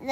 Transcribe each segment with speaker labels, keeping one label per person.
Speaker 1: 的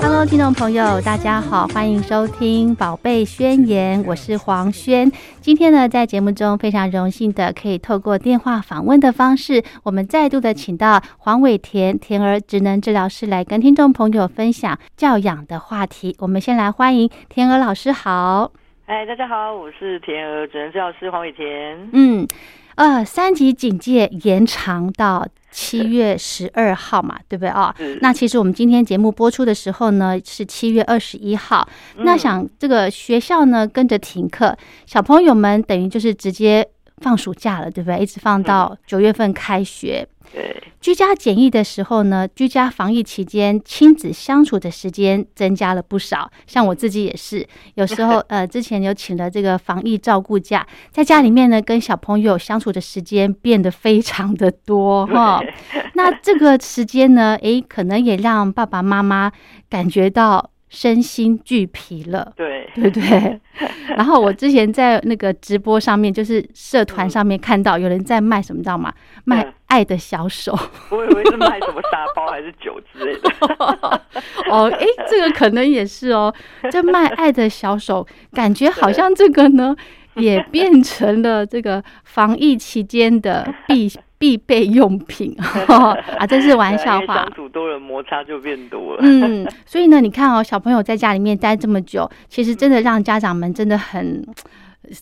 Speaker 2: Hello，听众朋友，大家好，欢迎收听《宝贝宣言》，我是黄轩。今天呢，在节目中非常荣幸的可以透过电话访问的方式，我们再度的请到黄伟田田儿职能治疗师来跟听众朋友分享教养的话题。我们先来欢迎田儿老师，好。
Speaker 3: 嗨，哎大家好，我是田儿主任教师黄伟田。
Speaker 2: 嗯，呃，三级警戒延长到七月十二号嘛，对不对啊、
Speaker 3: 是
Speaker 2: 那其实我们今天节目播出的时候呢，是七月二十一号。那想这个学校呢跟着停课，小朋友们等于就是直接放暑假了，对不对？一直放到九月份开学。
Speaker 3: 对，
Speaker 2: 居家检疫的时候呢，居家防疫期间亲子相处的时间增加了不少。像我自己也是，有时候呃，之前有请了这个防疫照顾假，在家里面呢跟小朋友相处的时间变得非常的多哈。那这个时间呢， 诶，可能也让爸爸妈妈感觉到身心俱疲 了。
Speaker 3: 对，
Speaker 2: 对不对？然后我之前在那个直播上面，就是社团上面看到有人在卖什么，你知道吗？卖
Speaker 3: 嗯
Speaker 2: 爱的小手。
Speaker 3: 我以为是卖什么沙包还是酒之 类的。
Speaker 2: 哦，诶，这个可能也是哦。这卖爱的小手，感觉好像这个呢，也变成了这个防疫期间的必 必备用品 啊，这是玩笑
Speaker 3: 因为
Speaker 2: 话
Speaker 3: 相。处多了，摩擦就变多了。
Speaker 2: 嗯，所以呢，你看哦，小朋友在家里面待这么久，其实真的让家长们真的很，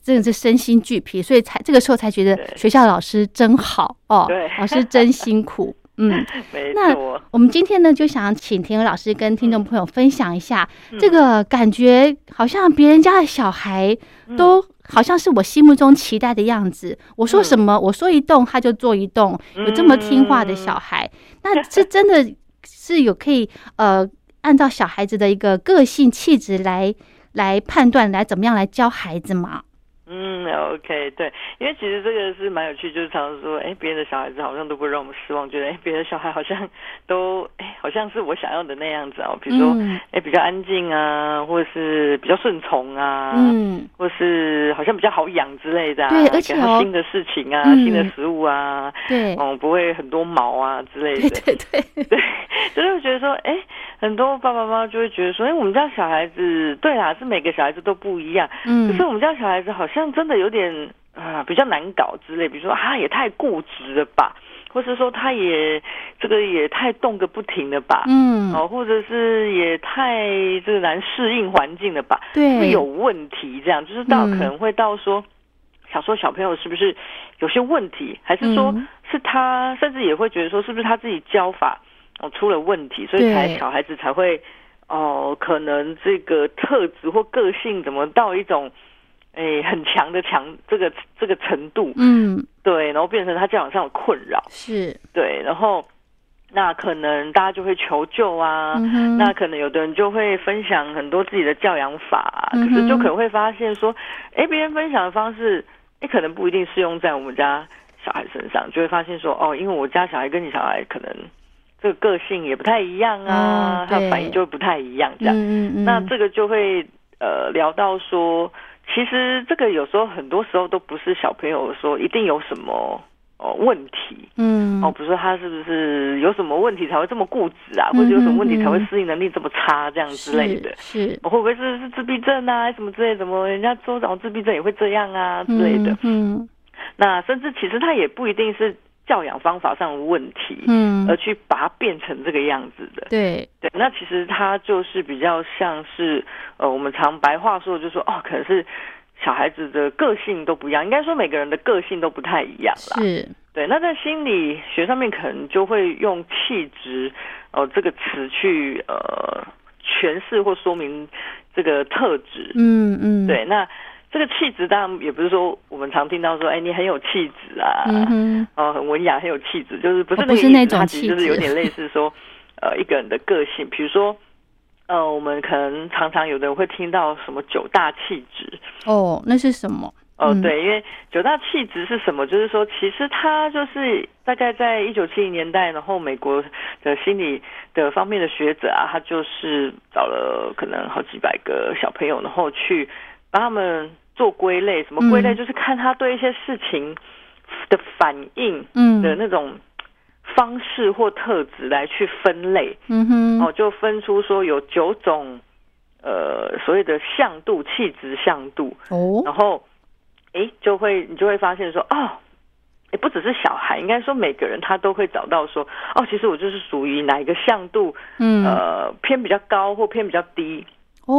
Speaker 2: 真的是身心俱疲，所以才这个时候才觉得
Speaker 3: 对
Speaker 2: 学校老师真好哦
Speaker 3: 对，
Speaker 2: 老师真辛苦。嗯，
Speaker 3: 没
Speaker 2: 那
Speaker 3: 错，
Speaker 2: 我们今天呢，就想请田娥老师跟听众朋友分享一下，
Speaker 3: 嗯
Speaker 2: 这个感觉好像别人家的小孩都
Speaker 3: 嗯
Speaker 2: 好像是我心目中期待的样子。我说什
Speaker 3: 嗯
Speaker 2: 么，我说一动他就做一动，有这么听话的小孩，
Speaker 3: 嗯
Speaker 2: 那是真的是有可以呃，按照小孩子的一个个性气质来来判断，来怎么样来教孩子嘛？
Speaker 3: 嗯，OK，对，因为其实这个是蛮有趣，就是常常说，哎，别人的小孩子好像都不会让我们失望，觉得哎，别人的小孩好像都哎，好像是我想要的那样子哦，比如说
Speaker 2: 嗯
Speaker 3: 哎，比较安静啊，或者是比较顺从啊，
Speaker 2: 嗯，
Speaker 3: 或是好像比较好养之类的、啊，
Speaker 2: 对而且
Speaker 3: 给他
Speaker 2: 哦
Speaker 3: 新的事情啊、
Speaker 2: 嗯
Speaker 3: 新的食物啊，
Speaker 2: 对，
Speaker 3: 嗯，不会很多毛啊之类的，
Speaker 2: 对对对，
Speaker 3: 就是会觉得说，哎，很多爸爸妈妈就会觉得说，哎，我们家小孩子，对啦，是每个小孩子都不一样，可
Speaker 2: 嗯
Speaker 3: 是，我们家小孩子好像真的有点啊、比较难搞之类，比如说啊，也太固执了吧，或是说他也这个也太动个不停了吧，
Speaker 2: 嗯，
Speaker 3: 哦，或者是也太这个难适应环境了吧，是
Speaker 2: 对，
Speaker 3: 有问题，这样就是到
Speaker 2: 嗯
Speaker 3: 可能会到说，想说小朋友是不是有些问题，还是说
Speaker 2: 嗯
Speaker 3: 是他，甚至也会觉得说是不是他自己教法哦出了问题，所以才
Speaker 2: 对
Speaker 3: 小孩子才会哦、可能这个特质或个性怎么到一种。诶，很强的强这个这个程度，
Speaker 2: 嗯，
Speaker 3: 对，然后变成他教养上的困扰，
Speaker 2: 是，
Speaker 3: 对，然后那可能大家就会求救啊，
Speaker 2: 嗯哼
Speaker 3: 那可能有的人就会分享很多自己的教养法，
Speaker 2: 嗯哼
Speaker 3: 可是就可能会发现说，哎，别人分享的方式，哎，可能不一定适用在我们家小孩身上，就会发现说，哦，因为我家小孩跟你小孩可能这个个性也不太一样啊
Speaker 2: 哦，
Speaker 3: 他、
Speaker 2: 对
Speaker 3: 反应就会不太一样这样。
Speaker 2: 嗯嗯嗯，
Speaker 3: 那这个就会呃聊到说，其实这个有时候很多时候都不是小朋友说一定有什么哦问题。
Speaker 2: 嗯，
Speaker 3: 哦，比如说他是不是有什么问题才会这么固执啊，
Speaker 2: 嗯
Speaker 3: 或者有什么问题才会适应能力这么差这样之类的？
Speaker 2: 是是
Speaker 3: 哦会不会是是自闭症啊，什么之类的？怎么人家州长自闭症也会这样啊之类的？
Speaker 2: 嗯
Speaker 3: 那甚至其实他也不一定是教养方法上的问题，
Speaker 2: 嗯，
Speaker 3: 而
Speaker 2: 嗯
Speaker 3: 去把它变成这个样子的。
Speaker 2: 对，
Speaker 3: 对，那其实他就是比较像是呃，我们常白话说，就说哦，可能是小孩子的个性都不一样，应该说每个人的个性都不太一样啦。
Speaker 2: 是，
Speaker 3: 对，那在心理学上面，可能就会用气质哦、呃、这个词去呃诠释或说明这个特质。
Speaker 2: 嗯嗯，
Speaker 3: 对，那这个气质当然也不是说我们常听到说，哎，你很有气质啊，
Speaker 2: 嗯哼，
Speaker 3: 哦，很文雅，很有气质，就是不是
Speaker 2: 哦
Speaker 3: 那个
Speaker 2: 不是
Speaker 3: 意思
Speaker 2: 那种
Speaker 3: 它其实
Speaker 2: 气
Speaker 3: 就是有
Speaker 2: 质
Speaker 3: 点类似说，呃，一个人的个性，比如说，呃，我们可能常常有的人会听到什么九大气质，
Speaker 2: 哦，那是什么？
Speaker 3: 哦，
Speaker 2: 嗯，
Speaker 3: 对，因为九大气质是什么？就是说，其实它就是大概在一九七零年代，然后美国的心理的方面的学者啊，他就是找了可能好几百个小朋友，然后去帮他们做归类。什么归类？
Speaker 2: 嗯
Speaker 3: 就是看他对一些事情的反应
Speaker 2: 嗯
Speaker 3: 的那种方式或特质来去分类。
Speaker 2: 嗯哼，
Speaker 3: 哦，就分出说有九种呃所谓的向度、气质向度。
Speaker 2: 哦，
Speaker 3: 然后，诶，就会你就会发现说，哦，也不只是小孩，应该说每个人他都会找到说，哦，其实我就是属于哪一个向度，
Speaker 2: 嗯，
Speaker 3: 呃，偏比较高或偏比较低哦、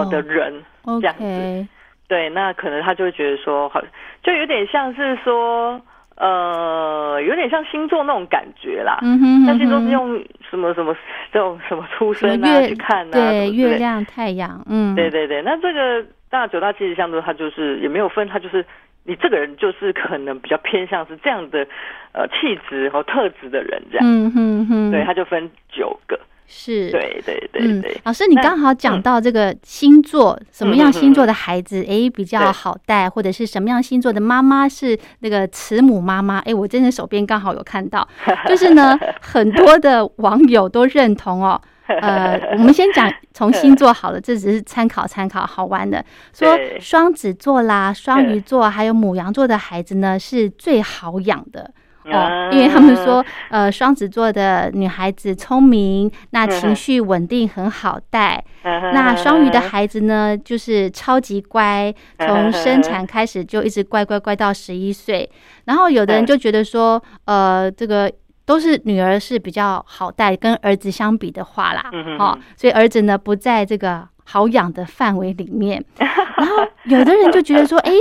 Speaker 2: 哦
Speaker 3: 的人，这样子。
Speaker 2: ，OK，嗯
Speaker 3: 对，那可能他就会觉得说，好，就有点像是说，呃，有点像星座那种感觉啦。
Speaker 2: 嗯哼，
Speaker 3: 啊但星座
Speaker 2: 嗯
Speaker 3: 是
Speaker 2: 哼
Speaker 3: 用什么什么这种什么出
Speaker 2: 什
Speaker 3: 生
Speaker 2: 么
Speaker 3: 啊
Speaker 2: 月
Speaker 3: 去看啊，
Speaker 2: 对
Speaker 3: 什么之类
Speaker 2: 月亮、太阳，嗯，
Speaker 3: 对对对，那这个大九大气质相度，它就是也没有分，它就是你这个人就是可能比较偏向是这样的呃气质和特质的人这样，
Speaker 2: 嗯哼哼，
Speaker 3: 对，它就分九个，
Speaker 2: 是，
Speaker 3: 对对对
Speaker 2: 嗯
Speaker 3: 对，，
Speaker 2: 老师，你
Speaker 3: 那
Speaker 2: 刚好讲
Speaker 3: 嗯
Speaker 2: 到这个星座，什么样
Speaker 3: 嗯嗯
Speaker 2: 星座
Speaker 3: 嗯
Speaker 2: 的孩子诶比较
Speaker 3: 对
Speaker 2: 好带，或者是什么样星座的妈妈是那个慈母妈妈？诶，我真的手边刚好有看到，就是 呢，很多的网友都认同哦。 呃，我们先讲从星座好了，这只是参考参考，好玩的。说
Speaker 3: 对
Speaker 2: 双子座啦、双鱼
Speaker 3: 对
Speaker 2: 座还有母羊座的孩子呢，是最好养的。哦
Speaker 3: 啊，
Speaker 2: 因为他们说，呃，双子座的女孩子聪明，
Speaker 3: 嗯
Speaker 2: 那情绪稳定，很好带。那双鱼的孩子呢，就是超级乖，从生产开始就一直乖乖乖到十一岁。然后有的人就觉得说，呃，这个。都是女儿是比较好带，跟儿子相比的话啦，
Speaker 3: 嗯哼
Speaker 2: 哦，所以儿子呢不在这个好养的范围里 面。然后有的人就觉得说，哎、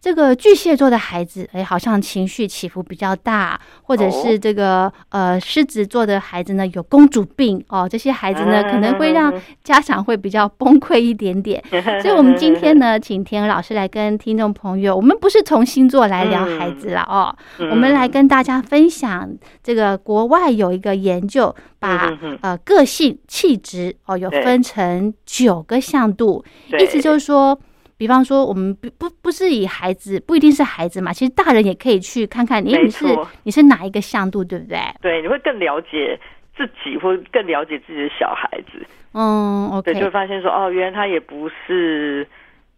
Speaker 2: 这个巨蟹座的孩子，哎，好像情绪起伏比较大，或者是
Speaker 3: 哦
Speaker 2: 这个、呃狮子座的孩子呢有公主病哦，这些孩子呢可能会让
Speaker 3: 嗯
Speaker 2: 家长会比较崩溃一点点。所以，我们今天呢，请田老师来跟听众朋友，我们不是从星座来聊孩子了哦，
Speaker 3: 嗯
Speaker 2: 我们来跟大家分享这个国外有一个研究，把
Speaker 3: 嗯嗯嗯
Speaker 2: 呃个性气质哦有
Speaker 3: 对
Speaker 2: 分成九个向度，
Speaker 3: 对
Speaker 2: 意思就是说。比方说，我们不不不是以孩子，不一定是孩子嘛，其实大人也可以去看看，诶，
Speaker 3: 没
Speaker 2: 你是
Speaker 3: 错
Speaker 2: 你是哪一个向度，对不对？
Speaker 3: 对，你会更了解自己，或更了解自己的小孩子，
Speaker 2: 嗯
Speaker 3: 对，就会
Speaker 2: ，OK，
Speaker 3: 发现说，哦，原来他也不是。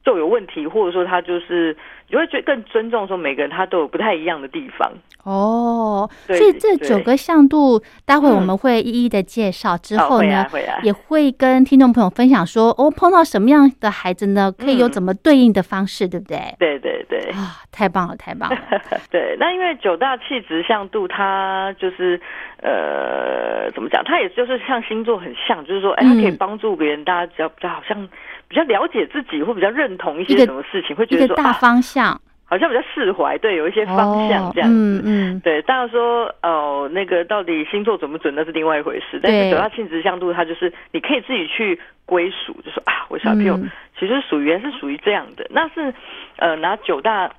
Speaker 3: 就有问题，或者说他就是，你会觉得更尊重说每个人他都有不太一样的地方。
Speaker 2: 哦，所
Speaker 3: 对
Speaker 2: 以这
Speaker 3: 对
Speaker 2: 九个向度，待会我
Speaker 3: 嗯
Speaker 2: 们会一一的介绍。之
Speaker 3: 哦
Speaker 2: 后
Speaker 3: 会
Speaker 2: 呢
Speaker 3: 啊会啊，
Speaker 2: 也会跟听众朋友分享说，哦，碰到什么样的孩子呢，可以有
Speaker 3: 嗯
Speaker 2: 怎么对应的方式，对不对？
Speaker 3: 对对对。
Speaker 2: 啊，太棒了，太棒了！
Speaker 3: 对，那因为九大气质向度，它就是呃，怎么讲？它也就是像星座很像，就是说，哎，它可以
Speaker 2: 嗯
Speaker 3: 帮助别人，大家比较比较好像比较了解自己，或比较认同一
Speaker 2: 一
Speaker 3: 些
Speaker 2: 个
Speaker 3: 什么事情，会
Speaker 2: 一
Speaker 3: 觉
Speaker 2: 个
Speaker 3: 得说
Speaker 2: 大
Speaker 3: 啊，
Speaker 2: 方向，
Speaker 3: 好像比较释怀，对，有一些方向
Speaker 2: 哦，
Speaker 3: 这样子。
Speaker 2: 嗯嗯，
Speaker 3: 对，当然说哦，那个到底星座准不准那是另外一回事，但
Speaker 2: 对
Speaker 3: 是九大气质向度，它就是你可以自己去归属，就说啊，我小朋友
Speaker 2: 嗯
Speaker 3: 其实属于是属于这样的，那是呃拿九大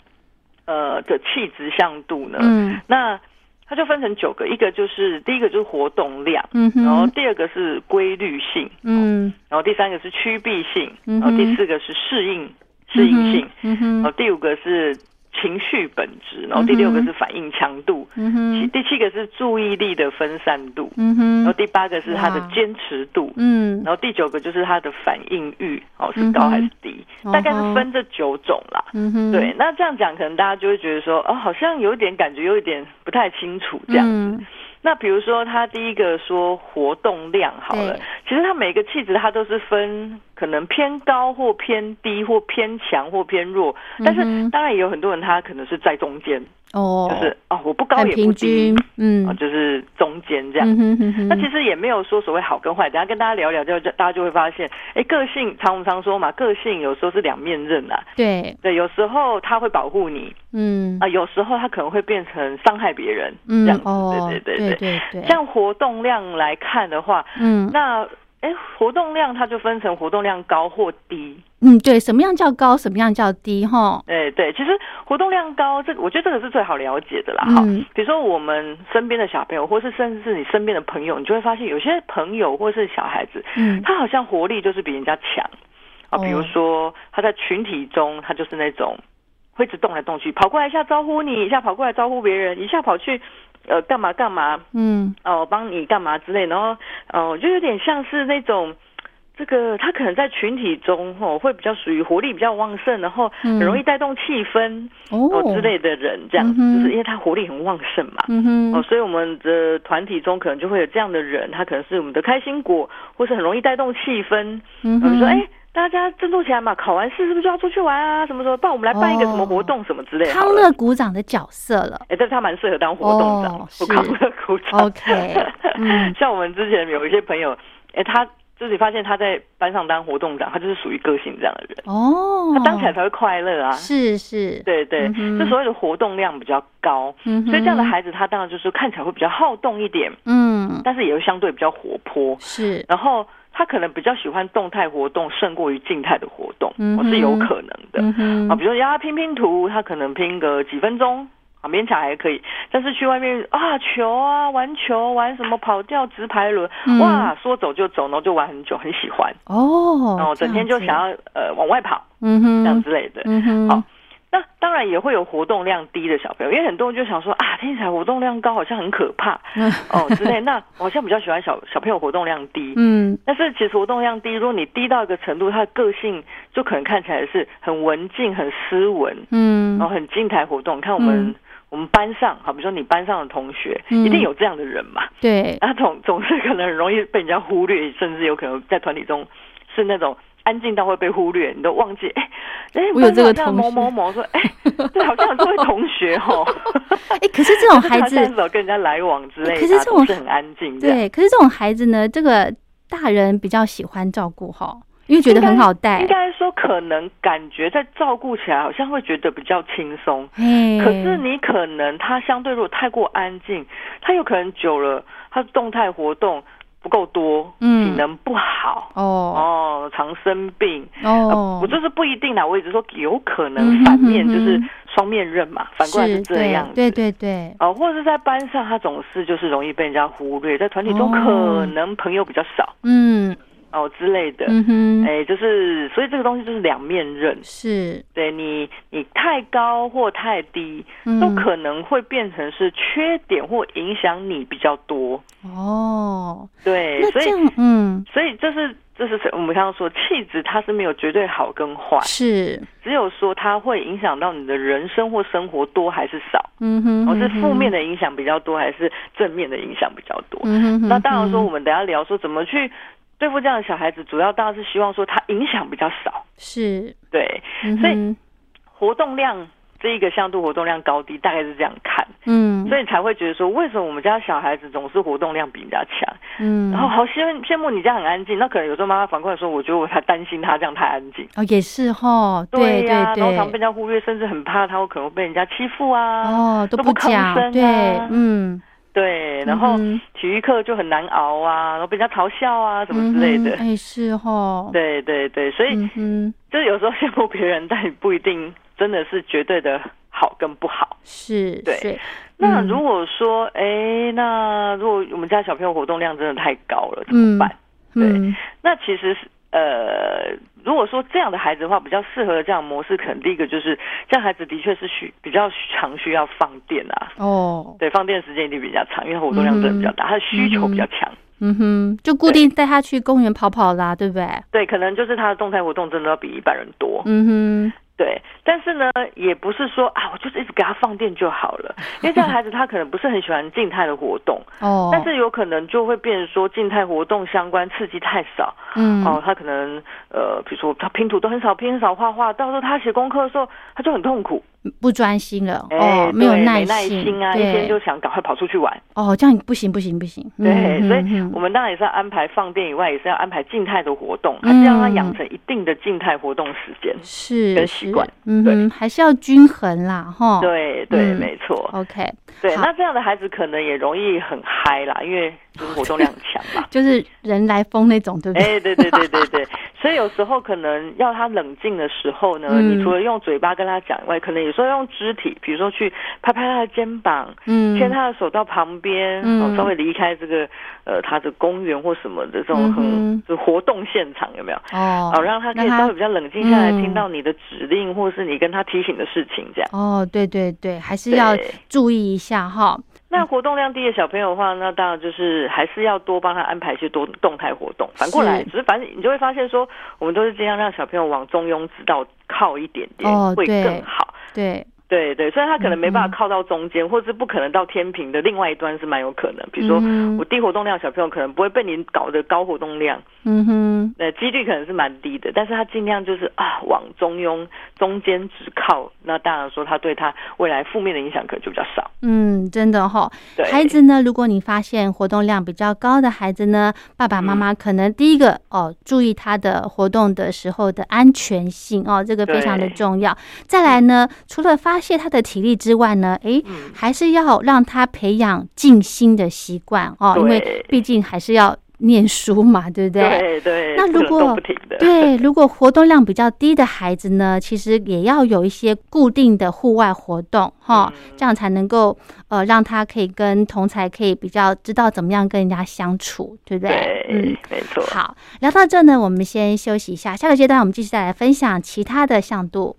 Speaker 3: 呃的气质向度呢，
Speaker 2: 嗯
Speaker 3: 那它就分成九个，一个就是第一个就是活动量，
Speaker 2: 嗯
Speaker 3: 然后哦
Speaker 2: 哼，
Speaker 3: 第二个是规律性，
Speaker 2: 嗯
Speaker 3: 然后第三个是趋避性，
Speaker 2: 嗯哼
Speaker 3: 然后第四个是适应适应性，
Speaker 2: 嗯
Speaker 3: 然后
Speaker 2: 哼，
Speaker 3: 第五个是情绪本质，然后第六个
Speaker 2: 嗯哼
Speaker 3: 是反应强度，
Speaker 2: 嗯
Speaker 3: 其
Speaker 2: 哼，
Speaker 3: 第七个是注意力的分散度，
Speaker 2: 嗯
Speaker 3: 然后
Speaker 2: 哼，
Speaker 3: 第八个是他的
Speaker 2: 哇
Speaker 3: 坚持度，
Speaker 2: 嗯
Speaker 3: 然后第九个就是他的反应欲，哦是
Speaker 2: 嗯哼
Speaker 3: 高还是低，
Speaker 2: 哦
Speaker 3: 大概是分这九种啦。
Speaker 2: 嗯哼，
Speaker 3: 对，那这样讲，可能大家就会觉得说，哦，好像有点感觉，有一点不太清楚这样。
Speaker 2: 嗯
Speaker 3: 那比如说，他第一个说活动量好了
Speaker 2: 对，
Speaker 3: 其实它每个气质它都是分可能偏高或偏低或偏强或偏弱，但
Speaker 2: 嗯
Speaker 3: 是
Speaker 2: 哼
Speaker 3: 当然也有很多人他可能是在中间，
Speaker 2: 哦，
Speaker 3: 就是哦我不高
Speaker 2: 很
Speaker 3: 也不
Speaker 2: 平
Speaker 3: 低
Speaker 2: 均，，嗯
Speaker 3: 啊，就是中间这样。
Speaker 2: 嗯哼哼哼，
Speaker 3: 那其实也没有说所谓好跟坏，等一下跟大家聊聊，就就大家就会发现，哎，个性常我们常说嘛，个性有时候是两面刃啊，
Speaker 2: 对，
Speaker 3: 对，有时候他会保护你
Speaker 2: 嗯
Speaker 3: 啊、有时候他可能会变成伤害别人，这
Speaker 2: 嗯
Speaker 3: 样子，
Speaker 2: 哦，
Speaker 3: 对对
Speaker 2: 对
Speaker 3: 对。
Speaker 2: 对对，
Speaker 3: 像活动量来看的话，
Speaker 2: 嗯
Speaker 3: 那哎，活动量它就分成活动量高或低。
Speaker 2: 嗯对，什么样叫高，什么样叫低哈？
Speaker 3: 哎，对，其实活动量高，这个我觉得这个是最好了解的啦。哈、
Speaker 2: 嗯
Speaker 3: 比如说我们身边的小朋友，或是甚至是你身边的朋友，你就会发现有些朋友或是小孩子，
Speaker 2: 嗯
Speaker 3: 他好像活力就是比人家强
Speaker 2: 哦
Speaker 3: 啊。比如说他在群体中，他就是那种会一直动来动去，跑过来一下招呼你，一下跑过来招呼别人，一下跑去呃干嘛干嘛，
Speaker 2: 嗯
Speaker 3: 哦，帮你干嘛之类，然后哦，就有点像是那种。这个他可能在群体中哦，会比较属于活力比较旺盛，然后很容易带动气氛、哦
Speaker 2: 嗯哦
Speaker 3: 之类的人，这样、
Speaker 2: 嗯哼
Speaker 3: 就是因为他活力很旺盛嘛。
Speaker 2: 嗯
Speaker 3: 哦，
Speaker 2: 哼
Speaker 3: 所以我们的团体中可能就会有这样的人，他可能是我们的开心果，或是很容易带动气氛。
Speaker 2: 嗯
Speaker 3: 我们
Speaker 2: 哼，
Speaker 3: 说，哎，大家振作起来嘛，考完试是不是就要出去玩啊？什么时候？帮我们来办一个什么活动什么之类的。
Speaker 2: 嗯康乐鼓掌的角色 了，
Speaker 3: 哎，但是他蛮适合当活动长，
Speaker 2: 哦
Speaker 3: 不
Speaker 2: 是
Speaker 3: 康乐鼓掌。
Speaker 2: OK，嗯
Speaker 3: 像我们之前有一些朋友，哎，他就是发现他在班上当活动长，他就是属于个性这样的人，
Speaker 2: 哦，
Speaker 3: 他当起来才会快乐啊。
Speaker 2: 是是，
Speaker 3: 对对
Speaker 2: 嗯，哼
Speaker 3: 这所谓的活动量比较高，
Speaker 2: 嗯哼
Speaker 3: 所以这样的孩子他当然就是看起来会比较好动一点，
Speaker 2: 嗯
Speaker 3: 但是也会相对比较活泼。
Speaker 2: 是，
Speaker 3: 然后他可能比较喜欢动态活动胜过于静态的活动，
Speaker 2: 嗯
Speaker 3: 我
Speaker 2: 哼
Speaker 3: 是有可能的。
Speaker 2: 嗯哼
Speaker 3: 啊，比如说让他拼拼图，他可能拼个几分钟。啊，勉强还可以，但是去外面啊，球啊，玩球，玩什么跑跳、直排轮，
Speaker 2: 嗯
Speaker 3: 哇，说走就走，然后就玩很久，很喜欢，
Speaker 2: 哦，
Speaker 3: 然后整天就
Speaker 2: 这
Speaker 3: 想
Speaker 2: 样子
Speaker 3: 要呃往外跑
Speaker 2: 嗯哼
Speaker 3: 这样之类的。
Speaker 2: 嗯哼，
Speaker 3: 好那当然也会有活动量低的小朋友，因为很多人就想说啊，听起来活动量高好像很可怕
Speaker 2: 嗯
Speaker 3: 哦之类，那我好像比较喜欢小小朋友活动量低，
Speaker 2: 嗯
Speaker 3: 但是其实活动量低，如果你低到一个程度，他的个性就可能看起来是很文静、很斯文，
Speaker 2: 嗯
Speaker 3: 然后很静态活动。你看我们、
Speaker 2: 嗯
Speaker 3: 我们班上，好比如说你班上的同学，
Speaker 2: 嗯
Speaker 3: 一定有这样的人嘛，
Speaker 2: 对，
Speaker 3: 他总总是可能很容易被人家忽略，甚至有可能在团体中是那种。安静到会被忽略，你都忘记哎哎，
Speaker 2: 我有这个
Speaker 3: 班上
Speaker 2: 同
Speaker 3: 某
Speaker 2: 学
Speaker 3: 某某说哎，对，好像有这位同学 哦，
Speaker 2: 哎、可是这种孩
Speaker 3: 他很
Speaker 2: 子，
Speaker 3: 少跟人家来往之类的啊，
Speaker 2: 哦可是这种
Speaker 3: 总是很安静，这样
Speaker 2: 对，可是这种孩子呢，这个大人比较喜欢照顾哈，因为觉得很好带
Speaker 3: 应，该说，可能感觉在照顾起来好像会觉得比较轻松，
Speaker 2: 嘿，
Speaker 3: 可是你可能他相对如果太过安静，他有可能久了，他动态活动不够多，
Speaker 2: 嗯
Speaker 3: 体能不好，
Speaker 2: 哦
Speaker 3: 哦，常生病。
Speaker 2: 哦
Speaker 3: 呃，我就是不一定啦，我一直说有可
Speaker 2: 嗯哼
Speaker 3: 能反面
Speaker 2: 嗯哼
Speaker 3: 就是双面刃嘛，反过来是这样子。
Speaker 2: 对对对
Speaker 3: 哦，或者是在班上，他总是就是容易被人家忽略，在团体中
Speaker 2: 哦
Speaker 3: 可能朋友比较少
Speaker 2: 嗯
Speaker 3: 哦之类的。
Speaker 2: 嗯哼，
Speaker 3: 哎，就是所以这个东西就是两面刃，
Speaker 2: 是，
Speaker 3: 对你你太高或太低，
Speaker 2: 嗯
Speaker 3: 都可能会变成是缺点或影响你比较多。
Speaker 2: 哦，
Speaker 3: 对
Speaker 2: 那，
Speaker 3: 哎所
Speaker 2: 这
Speaker 3: 以
Speaker 2: 样，嗯，
Speaker 3: 所以这是这是我们刚刚说气质，它是没有绝对好跟坏，
Speaker 2: 是，
Speaker 3: 只有说它会影响到你的人生或生活多还是少，
Speaker 2: 嗯哼，
Speaker 3: 哦我、是负面
Speaker 2: 的，
Speaker 3: 的影响比较多还是正面的影响比较多。
Speaker 2: 嗯哼，
Speaker 3: 那当然说，我
Speaker 2: 嗯哼
Speaker 3: 们等一下聊说怎么去对付这样的小孩子，主要当然是希望说他影响比较少，
Speaker 2: 是，
Speaker 3: 对，
Speaker 2: 嗯
Speaker 3: 所以
Speaker 2: 哼
Speaker 3: 活动量这一个向度活动量高低大概是这样看，
Speaker 2: 嗯，
Speaker 3: 所
Speaker 2: 以
Speaker 3: 以才会觉得说为什么我们家小孩子总是活动量比人家强，
Speaker 2: 嗯，
Speaker 3: 然后好羡羡慕你家很安静，那可能有时候妈妈反过来说，我觉得我太担心他这样太安静。
Speaker 2: 哦也是哈，对
Speaker 3: 呀、
Speaker 2: 对
Speaker 3: 然后常
Speaker 2: 对，
Speaker 3: 被人家忽略，甚至很怕他会可能被人家欺负啊。
Speaker 2: 哦
Speaker 3: 都
Speaker 2: 不
Speaker 3: 不吭
Speaker 2: 讲
Speaker 3: 声，
Speaker 2: 对
Speaker 3: 啊，
Speaker 2: 嗯，
Speaker 3: 对，然后
Speaker 2: 嗯
Speaker 3: 体育课就很难熬啊，然后被人家嘲笑啊，什么之类的
Speaker 2: 嗯哼。哎是哈，
Speaker 3: 对对对，所以
Speaker 2: 嗯哼，
Speaker 3: 就是有时候羡慕别人，但也不一定真的是绝对的好跟不好。
Speaker 2: 是，
Speaker 3: 对
Speaker 2: 是，
Speaker 3: 那
Speaker 2: 嗯
Speaker 3: 如果说，哎、那如果我们家小朋友活动量真的太高了，怎么办？对
Speaker 2: 嗯
Speaker 3: 那其实是呃，如果说这样的孩子的话，比较适合的这样的模式，可能第一个就是这样孩子的确是需比较常需要放电啊，
Speaker 2: 哦，
Speaker 3: 对，放电时间一定比较长，因为活动量真的比较大，他的需求比较强。
Speaker 2: 嗯哼，就固定带他去公园跑跑啦，对不对？
Speaker 3: 对，可能就是他的动态活动真的要比一般人多，
Speaker 2: 嗯
Speaker 3: 对。但是呢，也不是说啊，我就是一直给他放电就好了，因为这样的孩子他可能不是很喜欢静态的活动，
Speaker 2: 哼， 哦，
Speaker 3: 但是有可能就会变成说静态活动相关刺激太少，
Speaker 2: 嗯，
Speaker 3: 哦，他可能呃，比如说他拼图都很少拼，很少画画，到时候他写功课的时候他就很痛苦，
Speaker 2: 不专心了，
Speaker 3: 哎、
Speaker 2: 哦，没有
Speaker 3: 对
Speaker 2: 耐
Speaker 3: 没耐心啊，一天
Speaker 2: 对，
Speaker 3: 就想赶快跑出去玩，
Speaker 2: 哦，这样不行不行不行，
Speaker 3: 对，
Speaker 2: 嗯
Speaker 3: 所
Speaker 2: 嗯
Speaker 3: 以
Speaker 2: 嗯
Speaker 3: 我们当然也是要安排放电以外，也是要安排静态的活动，还是要让他养成一定的静态活动时间。
Speaker 2: 是
Speaker 3: 跟习
Speaker 2: 是
Speaker 3: 惯，
Speaker 2: 嗯
Speaker 3: 对
Speaker 2: 哼，还是要均衡啦，哈，
Speaker 3: 对对，
Speaker 2: 嗯
Speaker 3: 没错。
Speaker 2: ，OK，
Speaker 3: 对，
Speaker 2: 好。
Speaker 3: 那这样的孩子可能也容易很嗨啦，因为就是活动量很强嘛
Speaker 2: 就是人来疯那种，对不对？
Speaker 3: 哎，对对对对 对，所以有时候可能要他冷静的时候呢，
Speaker 2: 嗯
Speaker 3: 你除了用嘴巴跟他讲以外，可能有时候用肢体，比如说去拍拍他的肩膀，
Speaker 2: 嗯，
Speaker 3: 牵他的手到旁边，
Speaker 2: 嗯
Speaker 3: 哦稍微离开这个呃他的公园或什么的这种
Speaker 2: 嗯
Speaker 3: 很就活动现场，有没有？
Speaker 2: 哦，
Speaker 3: 哦，让他可以
Speaker 2: 让他
Speaker 3: 稍微比较冷静下来，
Speaker 2: 嗯
Speaker 3: 听到你的指令或是你跟他提醒的事情，这样。
Speaker 2: 哦，对对对，还是要
Speaker 3: 对
Speaker 2: 注意一下哈。
Speaker 3: 那活动量低的小朋友的话，那当然就是还是要多帮他安排一些多动态活动。反过来，
Speaker 2: 是
Speaker 3: 只是反正你就会发现说，我们都是尽量让小朋友往中庸之道靠一点点，
Speaker 2: 哦
Speaker 3: 会
Speaker 2: 对
Speaker 3: 更好。
Speaker 2: 对，
Speaker 3: 对对，虽然他可能没办
Speaker 2: 嗯嗯
Speaker 3: 法靠到中间，或是不可能到天平的另外一端是蛮有可能。比如说，
Speaker 2: 嗯
Speaker 3: 我低活动量小朋友可能不会被你搞得高活动量，
Speaker 2: 嗯哼，
Speaker 3: 那几率可能是蛮低的，但是他尽量就是啊往中庸中间只靠，那当然说他对他未来负面的影响可能就比较少。
Speaker 2: 嗯，真的哈、
Speaker 3: 对，
Speaker 2: 孩子呢，如果你发现活动量比较高的孩子呢，爸爸妈
Speaker 3: 嗯
Speaker 2: 妈可能第一个、哦，注意他的活动的时候的安全性哦，这个非常的
Speaker 3: 对嗯
Speaker 2: 重要。再来呢，除了发泄他的体力之外呢，诶，还是要让他培养静心的习惯哦，因为
Speaker 3: 对
Speaker 2: 毕竟还是要念书嘛，对不
Speaker 3: 对对，
Speaker 2: 那
Speaker 3: 不
Speaker 2: 如
Speaker 3: 能
Speaker 2: 果
Speaker 3: 动不停的，
Speaker 2: 对，如果活动量比较低的孩子呢，其实也要有一些固定的户外活动哈，这样才能够呃让他可以跟同才可以比较知道怎么样跟人家相处，对不对？嗯
Speaker 3: 对，，没错。
Speaker 2: 好，聊到这呢，我们先休息一下，下个阶段我们继续再来分享其他的向度。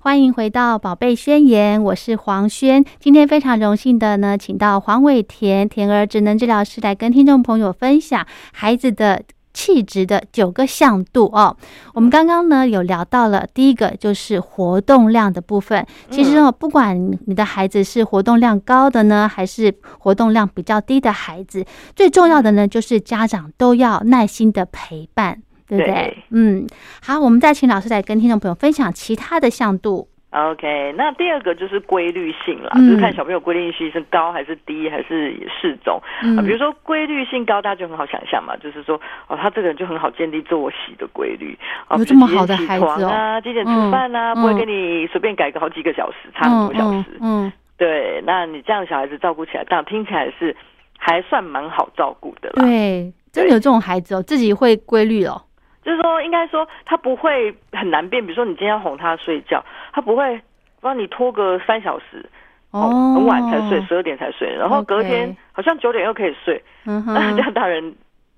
Speaker 2: 欢迎回到《宝贝宣言》，我是黄轩。今天非常荣幸的呢，请到黄伟田田儿职能治疗师来跟听众朋友分享孩子的气质的九个向度哦。我们刚刚呢有聊到了第一个就是活动量的部分。
Speaker 3: 嗯
Speaker 2: 其实哦，不管你的孩子是活动量高的呢，还是活动量比较低的孩子，最重要的呢就是家长都要耐心的陪伴。对不对？
Speaker 3: 对
Speaker 2: 嗯，好，我们再请老师来跟听众朋友分享其他的向 度。
Speaker 3: OK，那第二个就是规律性啦，
Speaker 2: 嗯
Speaker 3: 就是看小朋友规律性是高还是低，还是适中。
Speaker 2: 嗯
Speaker 3: 啊比如说规律性高，大家就很好想象嘛，就是说哦，他这个人就很好建立作息的规律。啊，
Speaker 2: 有
Speaker 3: 比
Speaker 2: 这
Speaker 3: 如
Speaker 2: 么
Speaker 3: 几点
Speaker 2: 好的
Speaker 3: 起
Speaker 2: 孩子哦
Speaker 3: 床啊，几点吃
Speaker 2: 嗯
Speaker 3: 饭啊，
Speaker 2: 嗯
Speaker 3: 不会跟你随便改个好几个小时，差很多小时。
Speaker 2: 嗯，
Speaker 3: 对，那你这样小孩子照顾起来，当然听起来是还算蛮好照顾的
Speaker 2: 嗯
Speaker 3: 啦。
Speaker 2: 对，真的
Speaker 3: 对
Speaker 2: 有这种孩子哦，自己会规律哦。
Speaker 3: 就是说，应该说他不会很难变。比如说，你今天要哄他睡觉，他不会帮你拖个三小时，
Speaker 2: 哦，
Speaker 3: 很晚才睡，十二点才睡，然后
Speaker 2: OK
Speaker 3: 隔天好像九点又可以睡。
Speaker 2: 嗯
Speaker 3: 那这
Speaker 2: 哼，
Speaker 3: 样当然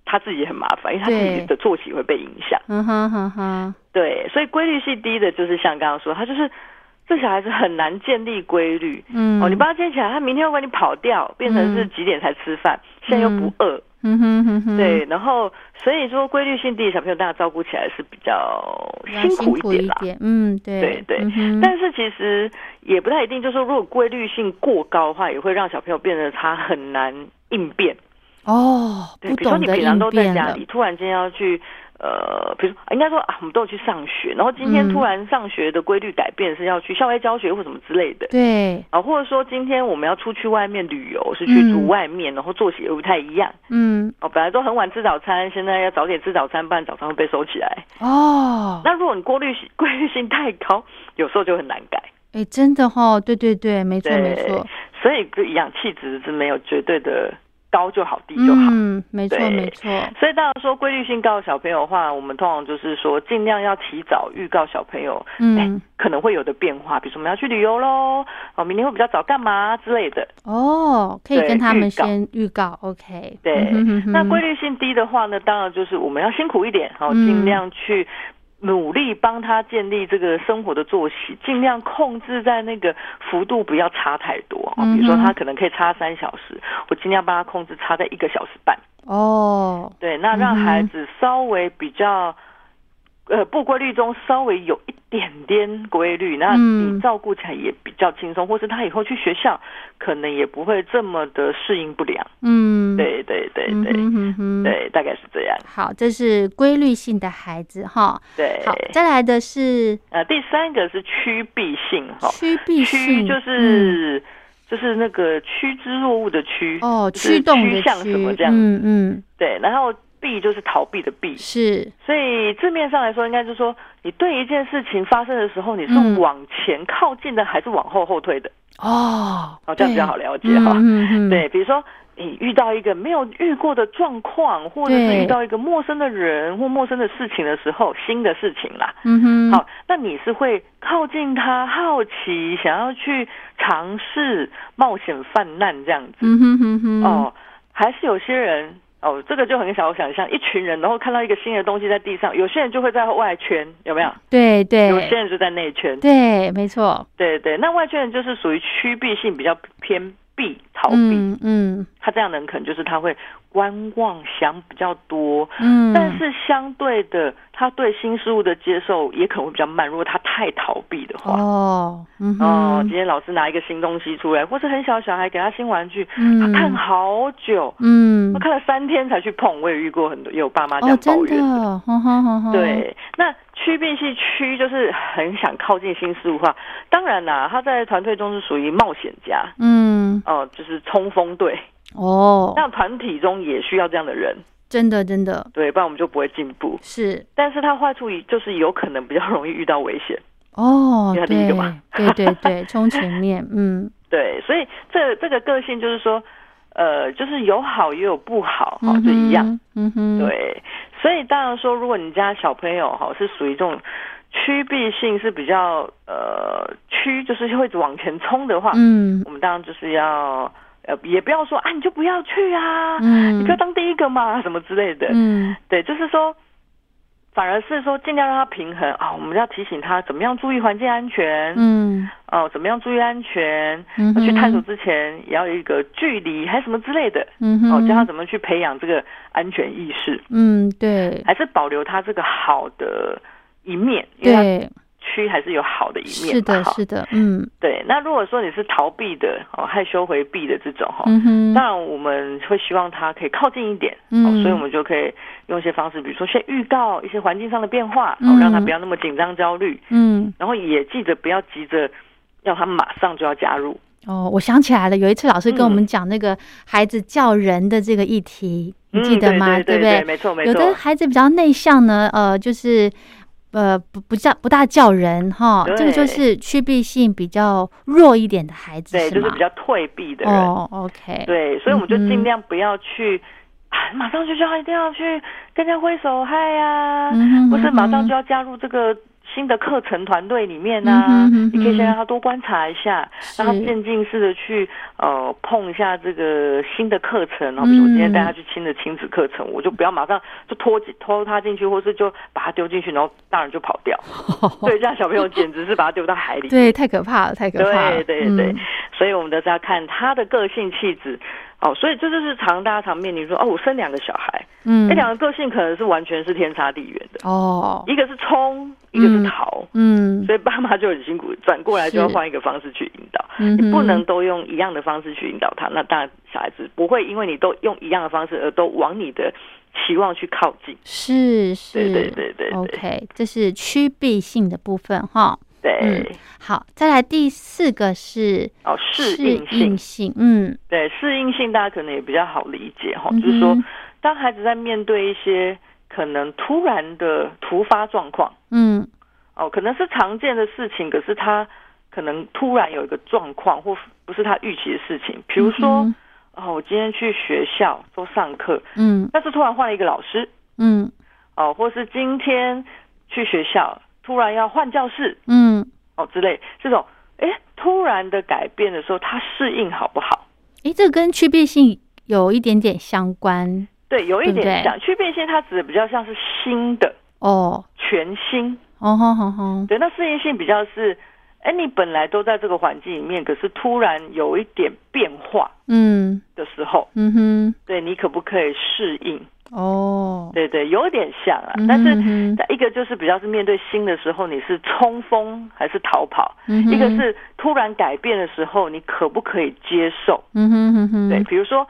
Speaker 3: 他自己也很麻烦，因为他自
Speaker 2: 对
Speaker 3: 己的作息会被影响。
Speaker 2: 嗯哼哼哼，
Speaker 3: 对，所以规律性低的，就是像刚刚说，他就是这小孩子很难建立规律。
Speaker 2: 嗯，
Speaker 3: 哦，你帮他建起来，他明天又把你跑掉，变成是
Speaker 2: 嗯
Speaker 3: 几点才吃饭，现在又不饿，
Speaker 2: 嗯哼哼哼，
Speaker 3: 对，然后所以说规律性低的小朋友，大家照顾起来是比较
Speaker 2: 比较
Speaker 3: 辛
Speaker 2: 辛
Speaker 3: 苦
Speaker 2: 苦
Speaker 3: 一点
Speaker 2: 一
Speaker 3: 啦。
Speaker 2: 点，嗯，对，
Speaker 3: 对对
Speaker 2: 嗯哼
Speaker 3: 但是其实也不太一定，就是说如果规律性过高的话，也会让小朋友变得他很难应变。
Speaker 2: 哦，
Speaker 3: 对，
Speaker 2: 不
Speaker 3: 比如说
Speaker 2: 懂
Speaker 3: 你
Speaker 2: 得
Speaker 3: 平常
Speaker 2: 应
Speaker 3: 都在
Speaker 2: 变
Speaker 3: 家
Speaker 2: 了
Speaker 3: 里，，突然间要去呃，比如说应该说啊，我们都有去上学，然后今天
Speaker 2: 嗯
Speaker 3: 突然上学的规律改变是要去校外教学或什么之类的。
Speaker 2: 对，
Speaker 3: 啊，或者说今天我们要出去外面旅游，是去住
Speaker 2: 嗯
Speaker 3: 外面，然后作息又不太一样。
Speaker 2: 嗯，
Speaker 3: 哦，本来都很晚吃早餐，现在要早点吃早餐，不然早上会被收起来。
Speaker 2: 哦，
Speaker 3: 那如果你规律性规律性太高，有时候就很难改。
Speaker 2: 哎，真的哦，对对对，没错没错，
Speaker 3: 所以一样，气质是没有绝对的高就好，低就好。
Speaker 2: 嗯，没错
Speaker 3: 对哎
Speaker 2: 没错，
Speaker 3: 所以，当然说规律性告诉小朋友的话，我们通常就是说尽量要提早预告小朋友，
Speaker 2: 嗯
Speaker 3: 哎，可能会有的变化，比如说我们要去旅游喽，哦，明天会比较早干嘛之类的。
Speaker 2: 哦，可以
Speaker 3: 对
Speaker 2: 跟他
Speaker 3: 预
Speaker 2: 们
Speaker 3: 告
Speaker 2: 先预告，OK，
Speaker 3: 对，
Speaker 2: 嗯哼哼哼
Speaker 3: 那规律性低的话呢，当然就是我们要辛苦一点，哦，
Speaker 2: 嗯
Speaker 3: 尽量去。努力帮他建立这个生活的作息，尽量控制在那个幅度不要差太多。哦、比如说
Speaker 2: 嗯哼
Speaker 3: 他可能可以差三小时，我尽量帮他控制差在一个小时半。
Speaker 2: 哦，
Speaker 3: 对，那让孩
Speaker 2: 嗯哼
Speaker 3: 子稍微比较，呃，不规律中稍微有一点点规律，那
Speaker 2: 嗯
Speaker 3: 你照顾起来也比较轻松，或是他以后去学校可能也不会这么的适应不良。
Speaker 2: 嗯，
Speaker 3: 对对对
Speaker 2: 嗯
Speaker 3: 对、
Speaker 2: 哼哼哼，
Speaker 3: 对，大概是这样。
Speaker 2: 好，这是规律性的孩子哈。
Speaker 3: 对，
Speaker 2: 好，再来的是
Speaker 3: 呃，第三个是趋避性哈，
Speaker 2: 趋避性，
Speaker 3: 趋就是、就是那个趋之若鹜的趋
Speaker 2: 嗯、哦，
Speaker 3: 就是
Speaker 2: 驱动的
Speaker 3: 趋向什么
Speaker 2: 驱，
Speaker 3: 这样子。
Speaker 2: 嗯嗯，
Speaker 3: 对，然后避就是逃避的避，
Speaker 2: 是，
Speaker 3: 所以字面上来说，应该就是说，你对一件事情发生的时候，你
Speaker 2: 嗯
Speaker 3: 是往前靠近的，还是往后后退的？
Speaker 2: 哦，
Speaker 3: 哦，这
Speaker 2: 对
Speaker 3: 样比较好了解哈。
Speaker 2: 嗯嗯嗯，
Speaker 3: 对，比如说你遇到一个没有遇过的状况，或者是
Speaker 2: 对
Speaker 3: 遇到一个陌生的人或陌生的事情的时候，新的事情啦。
Speaker 2: 嗯哼，
Speaker 3: 好，那你是会靠近他，好奇，想要去尝试冒险泛滥这样子。
Speaker 2: 嗯哼哼哼，，
Speaker 3: 哦，还是有些人哦，这个就很小想象，一群人，然后看到一个新的东西在地上，有些人就会在外圈，有没有？
Speaker 2: 对
Speaker 3: 有些
Speaker 2: 对
Speaker 3: 人就在内圈，
Speaker 2: 对，没错，
Speaker 3: 对对，那外圈人就是属于趋避性比较偏避逃避，
Speaker 2: 嗯嗯
Speaker 3: 他这样的人可能就是他会观望想比较多。
Speaker 2: 嗯，
Speaker 3: 但是相对的，他对新事物的接受也可能会比较慢。如果他太逃避的话，
Speaker 2: 哦，嗯
Speaker 3: 哦，
Speaker 2: 哼
Speaker 3: 今，天老师拿一个新东西出来，或是很小小孩给他新玩具，
Speaker 2: 嗯
Speaker 3: 他看好久，
Speaker 2: 嗯
Speaker 3: 我，看了三天才去碰，我也遇过很多，也有爸妈这
Speaker 2: 哦，
Speaker 3: 样
Speaker 2: 真
Speaker 3: 抱怨。
Speaker 2: 的，哦哼哼哼哼，，
Speaker 3: 对，那趋避性趋就是很想靠近新事物化。当然啦，他在团队中是属于冒险家，
Speaker 2: 嗯，
Speaker 3: 哦、就是冲锋队。
Speaker 2: 哦，
Speaker 3: 那团体中也需要这样的人，
Speaker 2: 真的真的
Speaker 3: 对，不然我们就不会进步。
Speaker 2: 是，
Speaker 3: 但是他坏处就是有可能比较容易遇到危险，
Speaker 2: 哦
Speaker 3: 因为，他第一
Speaker 2: 对
Speaker 3: 个嘛
Speaker 2: 对对对， 冲前面，嗯
Speaker 3: 对，所以这这个个性就是说，呃，就是有好也有不 好，哈、
Speaker 2: 嗯
Speaker 3: 就一样。
Speaker 2: 哼，嗯哼，，
Speaker 3: 对，所以当然说，如果你家小朋友哈是属于这种趋避性是比较呃趋，就是会往前冲的话，
Speaker 2: 嗯
Speaker 3: 我们当然就是要呃也不要说啊你就不要去啊，
Speaker 2: 嗯，
Speaker 3: 你不要当第一个嘛什么之类的，
Speaker 2: 嗯
Speaker 3: 对，就是说。反而是说，尽量让他平衡啊、我们要提醒他怎么样注意环境安全，
Speaker 2: 嗯
Speaker 3: 哦、怎么样注意安全。
Speaker 2: 嗯哼
Speaker 3: 去探索之前也要有一个距离，还什么之类的。
Speaker 2: 嗯哼，
Speaker 3: 哦，教他怎么去培养这个安全意识。
Speaker 2: 嗯对
Speaker 3: 还是保留他这个好的一面，因
Speaker 2: 对，
Speaker 3: 为他区还是有好的一面
Speaker 2: 是的
Speaker 3: 嘛哈
Speaker 2: 是的，嗯
Speaker 3: 对。那如果说你是逃避的哦，害羞回避的这种哈、
Speaker 2: 嗯哼，
Speaker 3: 当然我们会希望他可以靠近一点，哦
Speaker 2: 嗯，
Speaker 3: 所以我们就可以用一些方式，比如说先预告一些环境上的变化，
Speaker 2: 嗯
Speaker 3: 哦，让他不要那么紧张焦虑，
Speaker 2: 嗯
Speaker 3: 然后也记得不要急着要他马上就要加入。
Speaker 2: 哦，我想起来了，有一次老师跟我们
Speaker 3: 嗯
Speaker 2: 讲那个孩子叫人的这个议题，你
Speaker 3: 嗯
Speaker 2: 记得
Speaker 3: 对
Speaker 2: 吗？
Speaker 3: 对
Speaker 2: 不
Speaker 3: 对
Speaker 2: 对？
Speaker 3: 没错没
Speaker 2: 有的
Speaker 3: 错
Speaker 2: 孩子比较内向呢，呃，就是呃不不叫不大叫人哈，这个就
Speaker 3: 对
Speaker 2: 是趋避性比较弱一点的孩子，
Speaker 3: 对，就是
Speaker 2: 吗
Speaker 3: 比？较退避的人。
Speaker 2: 哦，OK，，
Speaker 3: 对，所以我们就
Speaker 2: 嗯哼
Speaker 3: 尽量不要去，啊马上就就要一定要去跟人家挥手嗨呀、啊，
Speaker 2: 嗯哼
Speaker 3: 或是马上
Speaker 2: 嗯哼
Speaker 3: 就要加入这个新的课程团队里面呐、啊。
Speaker 2: 嗯哼嗯哼
Speaker 3: 你可以先让他多观察一下，
Speaker 2: 是
Speaker 3: 让他渐进式的去呃碰一下这个新的课程。哦
Speaker 2: 嗯
Speaker 3: 然后比如说我今天带他去新的亲子课程，我就不要马上就拖进拖他进去，或是就把他丢进去，然后大人就跑 掉。对，这样小朋友简直是把他丢到海里。
Speaker 2: 对，太可怕了，太可怕了，
Speaker 3: 对对对，
Speaker 2: 嗯
Speaker 3: 所以我们都是要看他的个性气质。哦，所以这就是常大家常面临说，哦，我生两个小孩，
Speaker 2: 嗯，
Speaker 3: 那、两个个性可能是完全是天差地远的，
Speaker 2: 哦，
Speaker 3: 一个是冲，一个是逃，
Speaker 2: 嗯
Speaker 3: 所以爸妈就很辛苦，转过来
Speaker 2: 是
Speaker 3: 就要换一个方式去引导，
Speaker 2: 嗯哼，
Speaker 3: 你不能都用一样的方式去引导他，那当然小孩子不会因为你都用一样的方式而都往你的期望去靠近。
Speaker 2: 是是，
Speaker 3: 对对对对对
Speaker 2: OK，这是趋避性的部分哈。
Speaker 3: 对，
Speaker 2: 嗯好，再来第四个是
Speaker 3: 哦，适应性
Speaker 2: 应性，嗯
Speaker 3: 对适应性，大家可能也比较好理解哈、
Speaker 2: 嗯哼
Speaker 3: 就是说，当孩子在面对一些可能突然的突发状况，
Speaker 2: 嗯
Speaker 3: 哦，可能是常见的事情，可是他可能突然有一个状况，或不是他预期的事情，比如说，
Speaker 2: 嗯
Speaker 3: 哦，我今天去学校都上课，
Speaker 2: 嗯
Speaker 3: 但是突然换了一个老师，
Speaker 2: 嗯
Speaker 3: 哦，或是今天去学校突然要换教室，
Speaker 2: 嗯，
Speaker 3: 哦之类这种，哎，突然的改变的时候，他适应好不好？
Speaker 2: 诶，这跟区别性有一点点相关
Speaker 3: 对，有一
Speaker 2: 对不对
Speaker 3: 点像区变性，它指的比较像是新的、
Speaker 2: 哦。
Speaker 3: 全新。
Speaker 2: 哦吼吼吼，
Speaker 3: 对，那适应性比较是，哎，你本来都在这个环境里面，可是突然有一点变化
Speaker 2: 嗯
Speaker 3: 的时候，
Speaker 2: 嗯
Speaker 3: 对你可不可以适应？
Speaker 2: 哼，哦，
Speaker 3: 对对，有点像啊，
Speaker 2: 嗯哼
Speaker 3: 但是
Speaker 2: 嗯哼
Speaker 3: 一个就是比较是面对新的时候，你是冲锋还是逃跑？
Speaker 2: 嗯哼
Speaker 3: 一个是突然改变的时候，你可不可以接受？
Speaker 2: 嗯哼哼哼，
Speaker 3: 对，，比如说，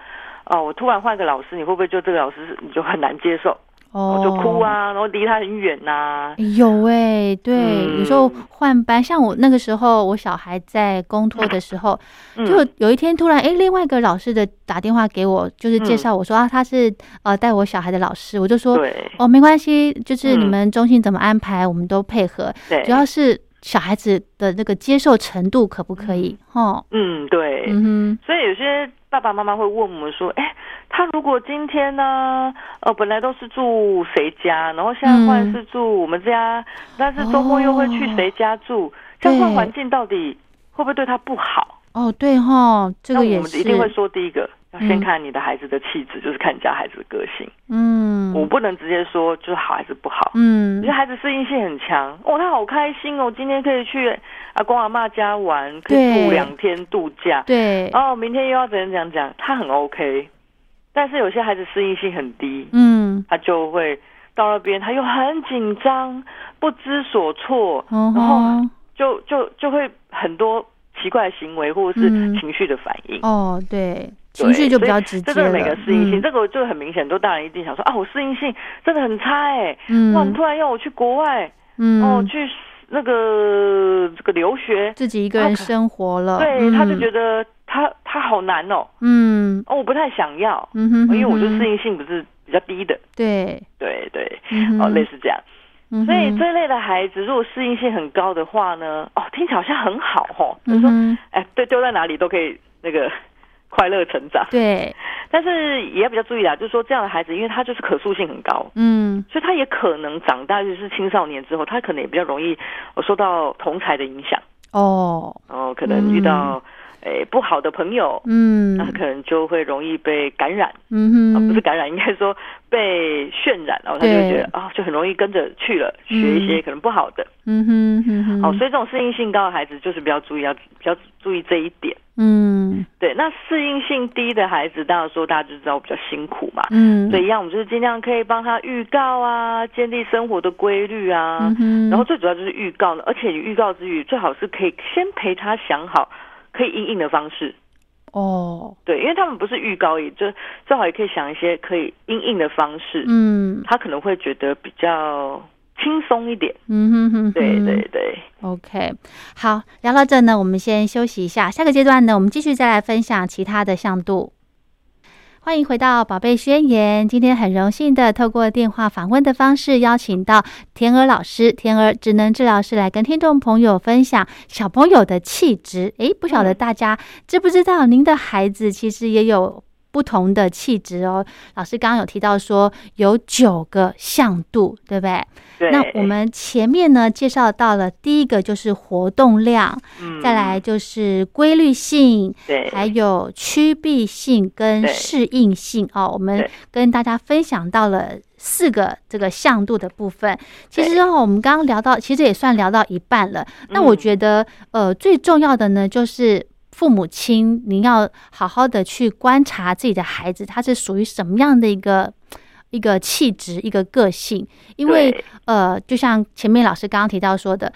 Speaker 3: 哦，我突然换个老师，你会不会就这个老师你就很难接受？
Speaker 2: 哦
Speaker 3: 我就哭。啊，然后离他很远啊呐、
Speaker 2: 有哎、对，
Speaker 3: 嗯
Speaker 2: 有时候换班，像我那个时候，我小孩在公托的时 候，
Speaker 3: 嗯
Speaker 2: 就有一天突然，哎、另外一个老师的打电话给我，就是
Speaker 3: 嗯
Speaker 2: 介绍我说、啊，他是呃带我小孩的老师，我就说
Speaker 3: 对
Speaker 2: 哦，没关系，就是你
Speaker 3: 嗯
Speaker 2: 们中心怎么安排，我们都配合，
Speaker 3: 对
Speaker 2: 主要是小孩子的那个接受程度可不可以？哦，
Speaker 3: 嗯，对，
Speaker 2: 嗯
Speaker 3: 所以有些爸爸妈妈会问我们说，哎，他如果今天呢，呃，本来都是住谁家，然后现
Speaker 2: 嗯
Speaker 3: 在换是住我们家，但是周末又会去谁家
Speaker 2: 哦
Speaker 3: 住，这样换环境到底会不会对他不好？
Speaker 2: 哼，哦，对哈，这
Speaker 3: 那
Speaker 2: 个
Speaker 3: 我
Speaker 2: 也
Speaker 3: 们
Speaker 2: 是，
Speaker 3: 一定会说，第一个要
Speaker 2: 嗯
Speaker 3: 先看你的孩子的气质，就是看你家孩子的个性。
Speaker 2: 嗯，
Speaker 3: 我不能直接说就是好还是不好。有
Speaker 2: 嗯
Speaker 3: 些，孩子适应性很强，哦，他好开心哦，今天可以去阿公阿妈家玩，可以
Speaker 2: 对
Speaker 3: 住两天度假。
Speaker 2: 对，
Speaker 3: 哦，明天又要怎样怎样讲，他很 OK，但是有些孩子适应性很低，
Speaker 2: 嗯。
Speaker 3: 他就会到那边他又很紧张，不知所措，
Speaker 2: 哦
Speaker 3: 然后
Speaker 2: 吼，
Speaker 3: 就就就会很多奇怪的行为或者是
Speaker 2: 嗯
Speaker 3: 情绪的反应。
Speaker 2: 哦，对，
Speaker 3: 对
Speaker 2: 情绪就比较直
Speaker 3: 所
Speaker 2: 接
Speaker 3: 以这
Speaker 2: 了。
Speaker 3: 个每个适应性，
Speaker 2: 嗯
Speaker 3: 这个就很明显，都大人一定想说啊，我适应性真的很差哎、
Speaker 2: 嗯
Speaker 3: 哇，你突然要我去国外、
Speaker 2: 嗯，
Speaker 3: 哦，去那个这个留学，
Speaker 2: 自己一个
Speaker 3: 他
Speaker 2: 人
Speaker 3: 可
Speaker 2: 生活了，
Speaker 3: 对，
Speaker 2: 嗯、
Speaker 3: 他就觉得他他好难哦，
Speaker 2: 嗯
Speaker 3: 哦，我不太想要，
Speaker 2: 嗯哼，
Speaker 3: 因为我就
Speaker 2: 嗯哼
Speaker 3: 适应性不是比较低的，
Speaker 2: 对，
Speaker 3: 对对，
Speaker 2: 嗯
Speaker 3: 哦，
Speaker 2: 哼
Speaker 3: 类似这样。
Speaker 2: 嗯
Speaker 3: 所以
Speaker 2: 哼
Speaker 3: 这类的孩子，如果适应性很高的话呢，哦，听起来好像很好哦，就
Speaker 2: 嗯
Speaker 3: 是说，
Speaker 2: 哼，
Speaker 3: 哎，对，丢在哪里都可以那个 快乐成长。
Speaker 2: 对，
Speaker 3: 但是也要比较注意啦，就是说这样的孩子，因为他就是可塑性很高。
Speaker 2: 嗯
Speaker 3: 所以他也可能长大，就是青少年之后，他可能也比较容易呃受到同才的影响，
Speaker 2: 哦，
Speaker 3: 哦，可能遇到诶、不好的朋友，
Speaker 2: 嗯
Speaker 3: 那啊可能就会容易被感染。
Speaker 2: 嗯
Speaker 3: 啊，
Speaker 2: 哼，
Speaker 3: 不是感染，应该说被渲染，然后他就
Speaker 2: 对
Speaker 3: 会觉得啊、就很容易跟着去了，学一些可能不好的。
Speaker 2: 嗯哼嗯哼，
Speaker 3: 哦，所以这种适应性高的孩子就是比较注意，要比较注意这一点。
Speaker 2: 嗯
Speaker 3: 对，那适应性低的孩子，当然说大家就知道比较辛苦嘛。
Speaker 2: 嗯，
Speaker 3: 所以一样，我们就是尽量可以帮他预告啊，建立生活的规律啊。
Speaker 2: 嗯哼，
Speaker 3: 然后最主要就是预告呢，而且你预告之余，最好是可以先陪他想好可以应应的方式。
Speaker 2: 哦，
Speaker 3: 对，因为他们不是预告，也就最好也可以想一些可以应应的方式。
Speaker 2: 嗯
Speaker 3: 他可能会觉得比较轻松一点。
Speaker 2: 嗯哼哼，
Speaker 3: 对对对，
Speaker 2: OK，好，聊到这呢，我们先休息一下。下个阶段呢，我们继续再来分享其他的向度。欢迎回到《宝贝宣言》，今天很荣幸的透过电话访问的方式，邀请到田娥老师、田娥职能治疗师来跟听众朋友分享小朋友的气质。诶，不晓得大家知不知道，您的孩子其实也有不同的气质哦。老师刚刚有提到说有九个向度，对不对？
Speaker 3: 对
Speaker 2: 那我们前面呢介绍到了第一个就是活动量，
Speaker 3: 嗯
Speaker 2: 再来就是规律性，
Speaker 3: 对
Speaker 2: 还有趋避性跟
Speaker 3: 对
Speaker 2: 适应性哦。我们
Speaker 3: 对
Speaker 2: 跟大家分享到了四个这个向度的部分。其实
Speaker 3: 对嗯
Speaker 2: 哦，我们刚刚聊到，其实也算聊到一半了。那我觉得，呃，最重要的呢就是。父母亲，您要好好的去观察自己的孩子，他是属于什么样的一个一个气质、一个个性。因为
Speaker 3: 对
Speaker 2: 呃，就像前面老师刚刚提到说的，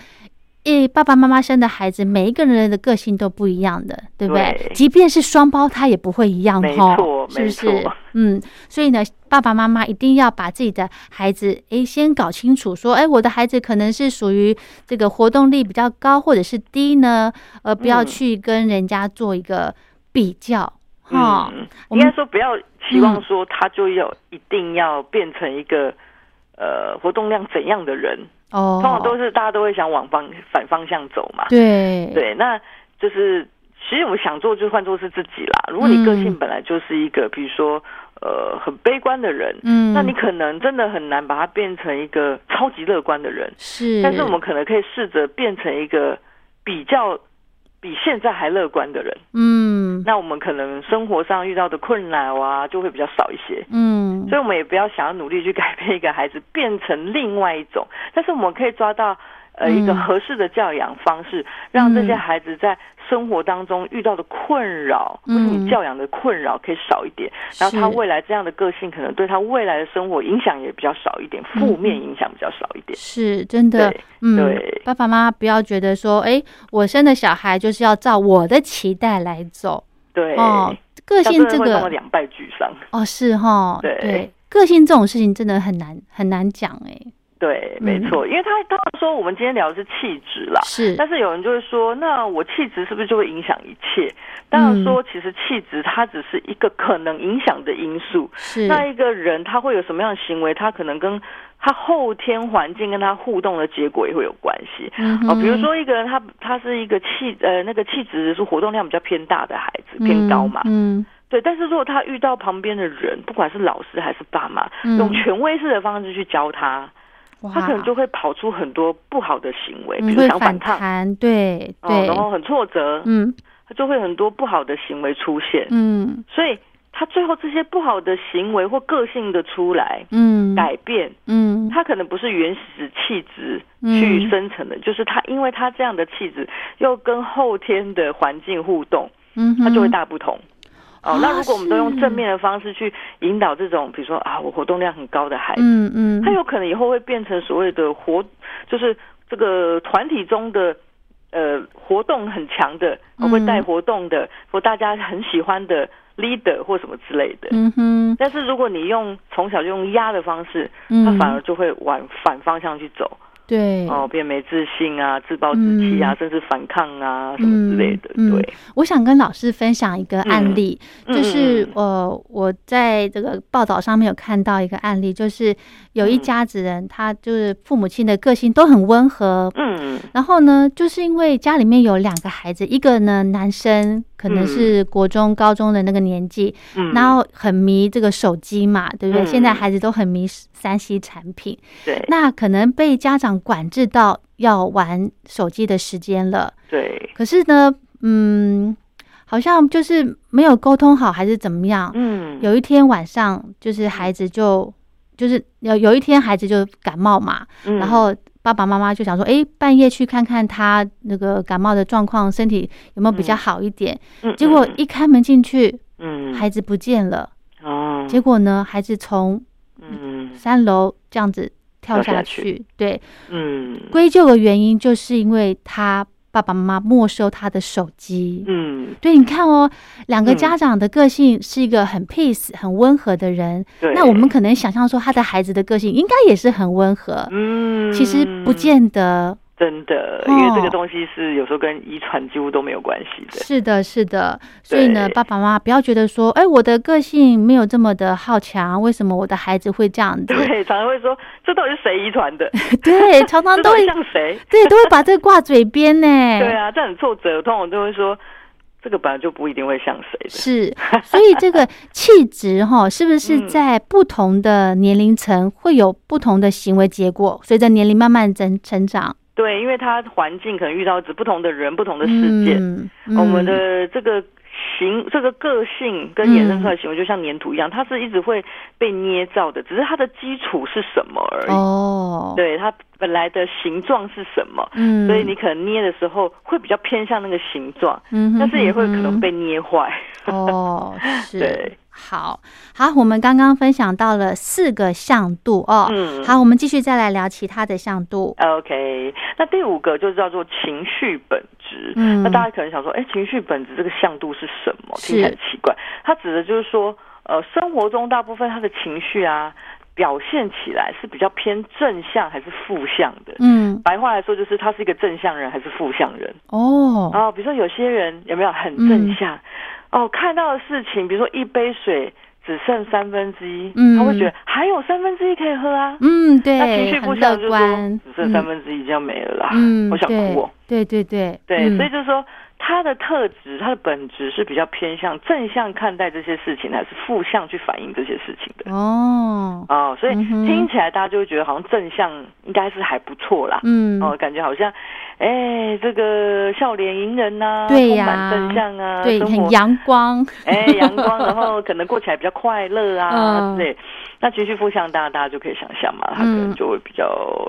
Speaker 2: 诶，爸爸妈妈生的孩子，每一个人的个性都不一样的，对不对？
Speaker 3: 对
Speaker 2: 即便是双胞胎，也不会一样
Speaker 3: 没
Speaker 2: 哦，
Speaker 3: 错
Speaker 2: 是不
Speaker 3: 没
Speaker 2: 是
Speaker 3: 错？
Speaker 2: 嗯，所以呢，爸爸妈妈一定要把自己的孩子，诶，先搞清楚，说，诶，我的孩子可能是属于这个活动力比较高，或者是低呢，呃，不要
Speaker 3: 嗯
Speaker 2: 去跟人家做一个比较，哈、
Speaker 3: 嗯，
Speaker 2: 我
Speaker 3: 应
Speaker 2: 们
Speaker 3: 该说不要期望说他就要一定要变成一个。呃，活动量怎样的人，
Speaker 2: 哦，
Speaker 3: 通常都是大家都会想往方反方向走嘛。
Speaker 2: 对
Speaker 3: 对，那就是其实我想做就换做是自己啦。如果你个性
Speaker 2: 嗯
Speaker 3: 本来就是一个，比如说呃很悲观的人，
Speaker 2: 嗯，
Speaker 3: 那你可能真的很难把它变成一个超级乐观的人。
Speaker 2: 是，
Speaker 3: 但是我们可能可以试着变成一个比较比现在还乐观的人，
Speaker 2: 嗯
Speaker 3: 那我们可能生活上遇到的困难啊就会比较少一些。
Speaker 2: 嗯
Speaker 3: 所以我们也不要想要努力去改变一个孩子变成另外一种，但是我们可以抓到呃
Speaker 2: 嗯
Speaker 3: 一个合适的教养方式，让这些
Speaker 2: 嗯
Speaker 3: 孩子在生活当中遇到的困扰，
Speaker 2: 嗯
Speaker 3: 或是你教养的困扰可以少一点，然后他
Speaker 2: 是
Speaker 3: 未来这样的个性可能对他未来的生活影响也比较少一点，
Speaker 2: 嗯
Speaker 3: 负面影响比较少一点。
Speaker 2: 是真的
Speaker 3: 对，
Speaker 2: 嗯
Speaker 3: 对，
Speaker 2: 爸爸妈妈不要觉得说，哎，我生的小孩就是要照我的期待来走
Speaker 3: 对，
Speaker 2: 哦，个
Speaker 3: 像
Speaker 2: 性
Speaker 3: 真
Speaker 2: 这
Speaker 3: 的会弄得
Speaker 2: 个
Speaker 3: 两败俱伤。
Speaker 2: 哦是哈，
Speaker 3: 对
Speaker 2: 对，个性这种事情真的很难很难讲哎，
Speaker 3: 对，
Speaker 2: 嗯
Speaker 3: 没错，因为他他说我们今天聊的是气质啦，
Speaker 2: 是
Speaker 3: 啊但是有人就会说，那我气质是不是就会影响一切？当
Speaker 2: 嗯
Speaker 3: 然说，其实气质它只是一个可能影响的因素。
Speaker 2: 是，
Speaker 3: 那一个人他会有什么样的行为，他可能跟他后天环境跟他互动的结果也会有关系。
Speaker 2: 哦
Speaker 3: 哦，比如说一个人他他是一个气呃那个气质是活动量比较偏大的孩子，偏高嘛，
Speaker 2: 嗯，
Speaker 3: 对。但是如果他遇到旁边的人，不管是老师还是爸妈，
Speaker 2: 嗯
Speaker 3: 用权威式的方式去教他，
Speaker 2: 哇
Speaker 3: 他可能就会跑出很多不好的行为，比
Speaker 2: 嗯
Speaker 3: 如
Speaker 2: 会
Speaker 3: 想反抗，
Speaker 2: 弹，对
Speaker 3: 哦，
Speaker 2: 对
Speaker 3: 然，后很挫折，
Speaker 2: 嗯
Speaker 3: 他就会很多不好的行为出现，
Speaker 2: 嗯
Speaker 3: 所以他最后这些不好的行为或个性的出来
Speaker 2: 嗯，
Speaker 3: 改变，
Speaker 2: 嗯
Speaker 3: 他可能不是原始气质去生成的，就是他因为他这样的气质又跟后天的环境互动，
Speaker 2: 嗯哼，
Speaker 3: 它就会大不同。哦
Speaker 2: 啊，
Speaker 3: 那如果我们都用
Speaker 2: 是
Speaker 3: 正面的方式去引导这种，比如说啊，我活动量很高的孩子，
Speaker 2: 嗯嗯，
Speaker 3: 他有可能以后会变成所谓的活，就是这个团体中的呃活动很强的，
Speaker 2: 嗯
Speaker 3: 会带活动的，或大家很喜欢的 leader 或什么之类的。
Speaker 2: 嗯哼，
Speaker 3: 但是如果你用从小就用压的方式，他
Speaker 2: 嗯，
Speaker 3: 反而就会往反方向去走，
Speaker 2: 对
Speaker 3: 哦，变没自信啊，自暴自弃啊，
Speaker 2: 嗯
Speaker 3: 甚至反抗啊什么之类的。
Speaker 2: 嗯嗯
Speaker 3: 对，
Speaker 2: 我想跟老师分享一个案例，
Speaker 3: 嗯
Speaker 2: 就是
Speaker 3: 嗯
Speaker 2: 呃，我在这个报道上面有看到一个案例，就是有一
Speaker 3: 嗯
Speaker 2: 家子人，他就是父母亲的个性都很温和，
Speaker 3: 嗯
Speaker 2: 然后呢，就是因为家里面有两个孩子，一个呢男生可能
Speaker 3: 嗯
Speaker 2: 是国中、高中的那个年纪，
Speaker 3: 嗯，
Speaker 2: 然后很迷这个手机嘛，对不对？
Speaker 3: 嗯
Speaker 2: 现在孩子都很迷三 C 产品，
Speaker 3: 对
Speaker 2: 那可能被家长管制到要玩手机的时间了。
Speaker 3: 对，
Speaker 2: 可是呢，嗯，好像就是没有沟通好，还是怎么样？
Speaker 3: 嗯，
Speaker 2: 有一天晚上，就是孩子就就是有有一天孩子就感冒嘛，
Speaker 3: 嗯
Speaker 2: 然后爸爸妈妈就想说，诶，半夜去看看他那个感冒的状况，身体有没有比较好一点？
Speaker 3: 嗯
Speaker 2: 结果一开门进去，
Speaker 3: 嗯
Speaker 2: 孩子不见了。
Speaker 3: 哦，
Speaker 2: 结果呢，孩子从
Speaker 3: 嗯
Speaker 2: 三楼这样子跳
Speaker 3: 跳
Speaker 2: 下
Speaker 3: 下
Speaker 2: 去，对，
Speaker 3: 嗯
Speaker 2: 归咎的原因就是因为他爸爸妈妈没收他的手机。
Speaker 3: 嗯，
Speaker 2: 对，你看哦，两个
Speaker 3: 嗯
Speaker 2: 家长的个性是一个很 peace、很温和的人，
Speaker 3: 对，
Speaker 2: 那我们可能想象说他的孩子的个性应该也是很温和，
Speaker 3: 嗯，
Speaker 2: 其实不见得。
Speaker 3: 真的
Speaker 2: 哦，
Speaker 3: 因为这个东西是有时候跟遗传几乎都没有关系的。
Speaker 2: 是的，是的，所以呢，
Speaker 3: 对
Speaker 2: 爸爸妈妈不要觉得说，哎，我的个性没有这么的好强，为什么我的孩子会这样子？
Speaker 3: 对，常常会说这到底是谁遗传 的？
Speaker 2: 对，常常
Speaker 3: 这
Speaker 2: 都
Speaker 3: 到
Speaker 2: 会哎
Speaker 3: 底，像谁？
Speaker 2: 对，都会把这个挂嘴边呢。
Speaker 3: 对啊，这很挫折。通常都会说这个本来就不一定会像谁的。
Speaker 2: 是，所以这个气质哈， 是不是
Speaker 3: 嗯
Speaker 2: 在不同的年龄层会有不同的行为结果？随着年龄慢慢增成长，
Speaker 3: 对，因为他环境可能遇到不同的人、不同的事件，
Speaker 2: 嗯，嗯
Speaker 3: 我们的这个。行，这个个性跟衍生出来的行为就像粘土一
Speaker 2: 嗯
Speaker 3: 样，它是一直会被捏造的，只是它的基础是什么而已。
Speaker 2: 哦，，
Speaker 3: 对，它本来的形状是什么，
Speaker 2: 嗯，
Speaker 3: 所以你可能捏的时候会比较偏向那个形状，
Speaker 2: 嗯哼，
Speaker 3: 但是也会
Speaker 2: 嗯
Speaker 3: 可
Speaker 2: 哼
Speaker 3: 能被捏坏。
Speaker 2: 哦，是
Speaker 3: 对。
Speaker 2: 好好，我们刚刚分享到了四个向度哦。
Speaker 3: 嗯
Speaker 2: 好，我们继续再来聊其他的向度。
Speaker 3: OK，那第五个就叫做情绪本质。
Speaker 2: 嗯
Speaker 3: 那大家可能想说，哎，情绪本质这个向度是什么？
Speaker 2: 是
Speaker 3: 听起来很奇怪。它指的就是说，呃，生活中大部分他的情绪啊，表现起来是比较偏正向还是负向的。
Speaker 2: 嗯，
Speaker 3: 白话来说，就是他是一个正向人还是负向人。
Speaker 2: 哦，
Speaker 3: 哦，比如说有些人有没有很
Speaker 2: 嗯
Speaker 3: 正向？哦，看到的事情，比如说一杯水只剩三分之一，
Speaker 2: 嗯
Speaker 3: 他会觉得还有三分之一可以喝啊。
Speaker 2: 嗯，对，
Speaker 3: 那情绪不
Speaker 2: 很
Speaker 3: 向
Speaker 2: 乐
Speaker 3: 就说
Speaker 2: 观，
Speaker 3: 只剩三分之一，这样没了啦，
Speaker 2: 嗯，
Speaker 3: 我想
Speaker 2: 对
Speaker 3: 哭哦。
Speaker 2: 对对对
Speaker 3: 对，所以
Speaker 2: 嗯
Speaker 3: 就是说他的特质，他的本质是比较偏向正向看待这些事情，还是负向去反映这些事情的？
Speaker 2: 哦，
Speaker 3: 哦，所以
Speaker 2: 嗯哼
Speaker 3: 听起来大家就会觉得好像正向应该是还不错啦。
Speaker 2: 嗯，
Speaker 3: 哦，感觉好像，哎，这个笑脸迎人呐、
Speaker 2: 对
Speaker 3: 充
Speaker 2: 呀
Speaker 3: 满正向啊，
Speaker 2: 对，
Speaker 3: 生活
Speaker 2: 很阳光，
Speaker 3: 哎，阳光，然后可能过起来比较快乐啊
Speaker 2: 嗯
Speaker 3: 之类。那情绪负向大，大家就可以想象嘛，他可能
Speaker 2: 嗯
Speaker 3: 就会比较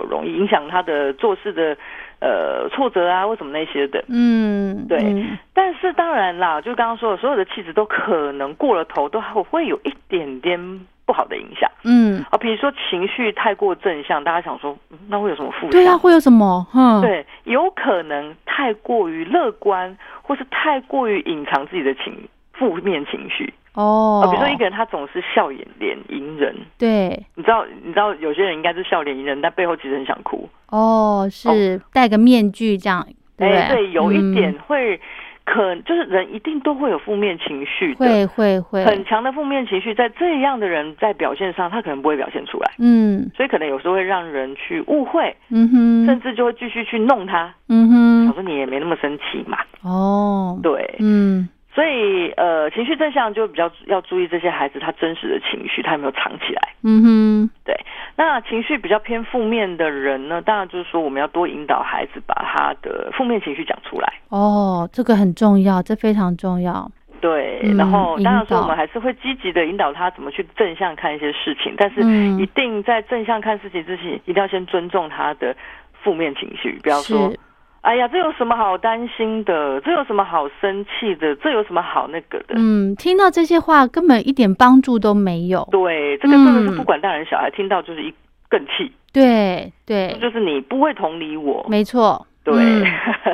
Speaker 3: 容易影响他的做事的呃挫折啊，或什么那些的。
Speaker 2: 嗯，
Speaker 3: 对
Speaker 2: 嗯
Speaker 3: 但是当然啦，就刚刚说的，所有的气质都可能过了头，都还会有一点点不好的影响
Speaker 2: 嗯，
Speaker 3: 啊。比如说情绪太过正向，大家想说，嗯那会有什么负向？
Speaker 2: 对啊，会有什么？哼，，
Speaker 3: 对，有可能太过于乐观，或是太过于隐藏自己的情负面情绪。
Speaker 2: 哦
Speaker 3: 啊，，比如说一个人他总是笑脸脸迎人，
Speaker 2: 对，
Speaker 3: 你知道，你知道有些人应该是笑脸迎人，但背后其实很想哭。
Speaker 2: 哦，是戴个面具这样，对不
Speaker 3: 哎对，有一点
Speaker 2: 嗯
Speaker 3: 会，可就是人一定都会有负面情绪的，
Speaker 2: 会会会，
Speaker 3: 很强的负面情绪，在这样的人在表现上，他可能不会表现出来，
Speaker 2: 嗯
Speaker 3: 所以可能有时候会让人去误会，
Speaker 2: 嗯
Speaker 3: 甚
Speaker 2: 哼，
Speaker 3: 至就会继续去弄他。
Speaker 2: 嗯
Speaker 3: 我说你也没那么生气嘛，
Speaker 2: 哼，哦，
Speaker 3: 对，
Speaker 2: 嗯
Speaker 3: 所以呃，情绪正向就比较要注意这些孩子他真实的情绪，他有没有藏起来。
Speaker 2: 嗯哼，
Speaker 3: 对，那情绪比较偏负面的人呢，当然就是说我们要多引导孩子把他的负面情绪讲出来。
Speaker 2: 哦，这个很重要，这非常重要，
Speaker 3: 对，
Speaker 2: 嗯
Speaker 3: 然后当然
Speaker 2: 引导
Speaker 3: 说我们还是会积极的引导他怎么去正向看一些事情，但是
Speaker 2: 嗯
Speaker 3: 一定在正向看事情之前，一定要先尊重他的负面情绪，不要说
Speaker 2: 是。
Speaker 3: 哎呀，这有什么好担心的？这有什么好生气的？这有什么好那个的？
Speaker 2: 嗯，听到这些话根本一点帮助都没有，
Speaker 3: 对，这个真的是
Speaker 2: 嗯
Speaker 3: 不管大人小孩听到就是一更气，
Speaker 2: 对对，
Speaker 3: 就是你不会同理我，
Speaker 2: 没错，
Speaker 3: 对，
Speaker 2: 嗯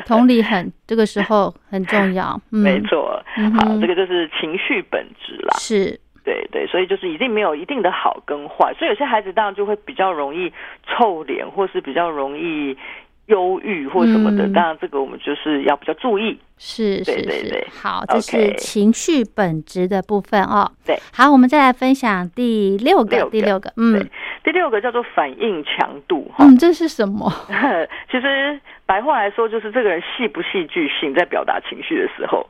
Speaker 2: 同理很，这个时候很重要，嗯，
Speaker 3: 没，错，
Speaker 2: 嗯
Speaker 3: 好，
Speaker 2: 哼
Speaker 3: 这个就是情绪本质啦，
Speaker 2: 是，
Speaker 3: 对对，所以就是一定没有一定的好跟坏，所以有些孩子当然就会比较容易臭脸，或是比较容易忧郁或什么的，
Speaker 2: 嗯
Speaker 3: 当然这个我们就是要比较注意。
Speaker 2: 是
Speaker 3: 对
Speaker 2: 是
Speaker 3: 对
Speaker 2: 是
Speaker 3: 对，
Speaker 2: 好，这是
Speaker 3: OK
Speaker 2: 情绪本质的部分哦。
Speaker 3: 对，
Speaker 2: 好，我们再来分享第六个，
Speaker 3: 六个
Speaker 2: 第六个，嗯
Speaker 3: 对第六个叫做反应强度，哈、
Speaker 2: 嗯，这是什么？
Speaker 3: 其实白话来说就是这个人戏不戏剧性，在表达情绪的时候，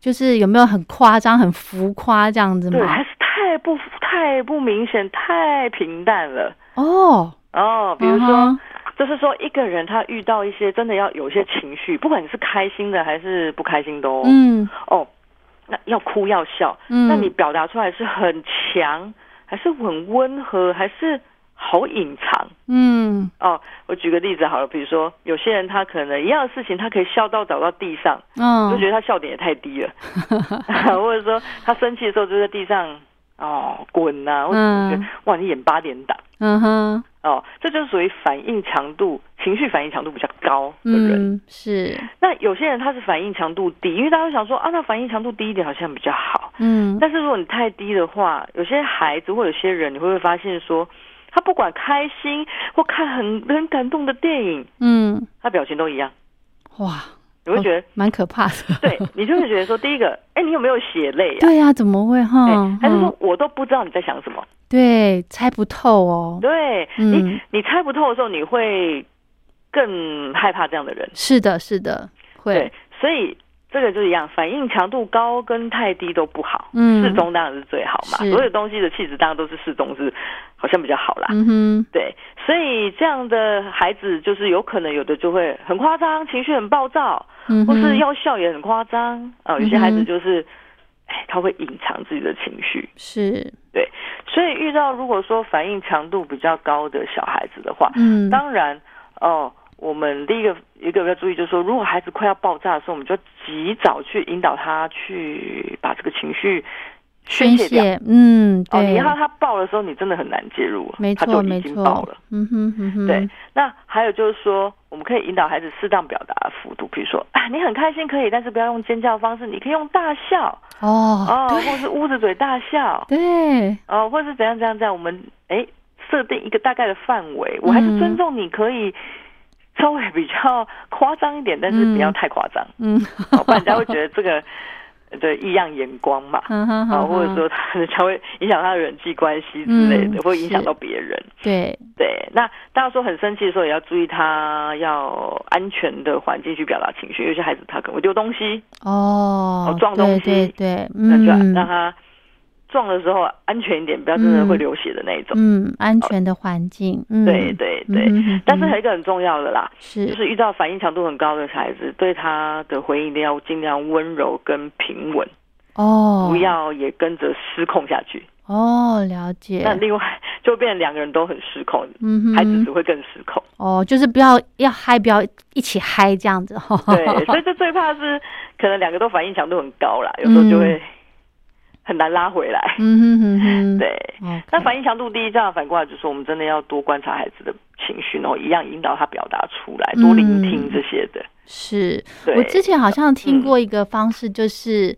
Speaker 2: 就是有没有很夸张、很浮夸这样子
Speaker 3: 对，还
Speaker 2: 吗？
Speaker 3: 是太不太不明显，太平淡了。
Speaker 2: 哦，
Speaker 3: 哦，比如说
Speaker 2: 嗯哼
Speaker 3: 就是说一个人他遇到一些真的要有一些情绪，不管你是开心的还是不开心的哦，
Speaker 2: 嗯
Speaker 3: 哦，那要哭要笑，
Speaker 2: 嗯，
Speaker 3: 那你表达出来是很强，还是很温和，还是好隐藏？
Speaker 2: 嗯
Speaker 3: 哦，我举个例子好了，比如说有些人他可能一样的事情，他可以笑到倒到地上，就
Speaker 2: 嗯
Speaker 3: 觉得他笑点也太 低了，或者说他生气的时候就在地上哦滚呐、或者
Speaker 2: 嗯
Speaker 3: 觉得、哇你演八点档。
Speaker 2: 嗯哼，
Speaker 3: 哦，这就是属于反应强度、情绪反应强度比较高的人。
Speaker 2: 嗯是，
Speaker 3: 那有些人他是反应强度低，因为大家会想说啊，那反应强度低一点好像比较好。
Speaker 2: 嗯
Speaker 3: 但是如果你太低的话，有些孩子或有些人，你会不会发现说，他不管开心或看很很感动的电影，
Speaker 2: 嗯，
Speaker 3: 他表情都一样，
Speaker 2: 哇，
Speaker 3: 你会觉得，
Speaker 2: 蛮可怕的。
Speaker 3: 对 你就会觉得说，第一个，哎，你有没有血泪呀、
Speaker 2: 对呀，怎么会
Speaker 3: 哎
Speaker 2: 哈？
Speaker 3: 还是
Speaker 2: 嗯
Speaker 3: 说我都不知道你在想什么？
Speaker 2: 对，猜不透哦。
Speaker 3: 对、
Speaker 2: 嗯
Speaker 3: 你，你猜不透的时候，你会更害怕这样的人。
Speaker 2: 是的，是的，会
Speaker 3: 对，，所以这个就是一样，反应强度高跟太低都不好，
Speaker 2: 嗯
Speaker 3: 适中当然是最好嘛。
Speaker 2: 是
Speaker 3: 所有东西的气质当然都是适中是好像比较好啦。
Speaker 2: 嗯哼。
Speaker 3: 对，所以这样的孩子就是有可能有的就会很夸张，情绪很暴躁，
Speaker 2: 嗯
Speaker 3: 或
Speaker 2: 哼，
Speaker 3: 是要笑也很夸张啊、有些孩
Speaker 2: 嗯哼
Speaker 3: 子就是，哎，他会隐藏自己的情绪。
Speaker 2: 是，
Speaker 3: 对，所以遇到如果说反应强度比较高的小孩子的话，
Speaker 2: 嗯，
Speaker 3: 当然，哦，我们第一个一个要注意就是说，如果孩子快要爆炸的时候，我们就及早去引导他去把这个情绪宣
Speaker 2: 宣
Speaker 3: 泄掉。
Speaker 2: 泄，嗯，
Speaker 3: 哦，
Speaker 2: 对，
Speaker 3: 你要他爆的时候，你真的很难介入了，
Speaker 2: 没
Speaker 3: 他就
Speaker 2: 错，
Speaker 3: 已
Speaker 2: 没
Speaker 3: 经
Speaker 2: 错
Speaker 3: 爆了。，
Speaker 2: 嗯哼，嗯哼，
Speaker 3: 对，，那还有就是说，我们可以引导孩子适当表达的幅度，比如说啊，你很开心可以，但是不要用尖叫的方式，你可以用大笑
Speaker 2: 哦，
Speaker 3: 哦，或是捂着嘴大笑
Speaker 2: 对，
Speaker 3: 哦，或是怎样怎样怎样，我们哎设定一个大概的范围，我还是尊重你可以稍微比较夸张一点，但是不要太夸张，
Speaker 2: 嗯，
Speaker 3: 哦不然人家会觉得这个 的异样眼光嘛，
Speaker 2: 嗯哼
Speaker 3: 啊，
Speaker 2: 哼，
Speaker 3: 或者说他 他会影响他的人际关系之类的，
Speaker 2: 嗯
Speaker 3: 会影响
Speaker 2: 是
Speaker 3: 到别人。
Speaker 2: 对，
Speaker 3: 对，那大家说很生气的时候，也要注意他要安全的环境去表达情绪。有些孩子他可能会丢东西，
Speaker 2: 哦
Speaker 3: 哦，撞东西
Speaker 2: 对对对，
Speaker 3: 那就
Speaker 2: 嗯
Speaker 3: 让他撞的时候安全一点，不要真的会流血的那一种。
Speaker 2: 嗯，安全的环境，嗯，
Speaker 3: 对对
Speaker 2: 嗯
Speaker 3: 对
Speaker 2: 哼哼，
Speaker 3: 但是还有一个很重要的啦，
Speaker 2: 是
Speaker 3: 就是遇到反应强度很高的孩子，对他的回应一定要尽量温柔跟平稳，
Speaker 2: 哦，
Speaker 3: 不要也跟着失控下去。
Speaker 2: 哦，了解，
Speaker 3: 那另外就会变成两个人都很失控，
Speaker 2: 嗯
Speaker 3: 孩子
Speaker 2: 哼，
Speaker 3: 只会更失控。
Speaker 2: 哦，就是不要要嗨，不要一起嗨这样子哦 哈，
Speaker 3: 对，所以这最怕是可能两个都反应强度很高啦，有时候就会很难拉回来。
Speaker 2: 嗯哼哼哼，
Speaker 3: 对，
Speaker 2: OK，
Speaker 3: 那反应强度低，这样反过来就是我们真的要多观察孩子的情绪，然后一样引导他表达出来，多聆听这些的。
Speaker 2: 是
Speaker 3: 对
Speaker 2: 嗯我之前好像听过一个方式，就是、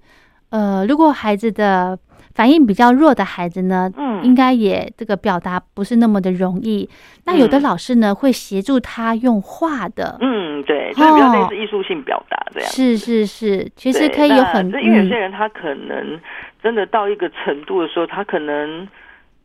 Speaker 2: 呃，如果孩子的反应比较弱的孩子呢，
Speaker 3: 嗯
Speaker 2: 应该也这个表达不是那么的容易。那有的
Speaker 3: 嗯
Speaker 2: 老师呢，会协助他用画的，
Speaker 3: 嗯，啊对，就是比较类
Speaker 2: 哦
Speaker 3: 似艺术性表达这样。
Speaker 2: 是是是，其
Speaker 3: 其
Speaker 2: 实可以有很
Speaker 3: 因为有
Speaker 2: 嗯
Speaker 3: 些人他可能真的到一个程度的时候，他可能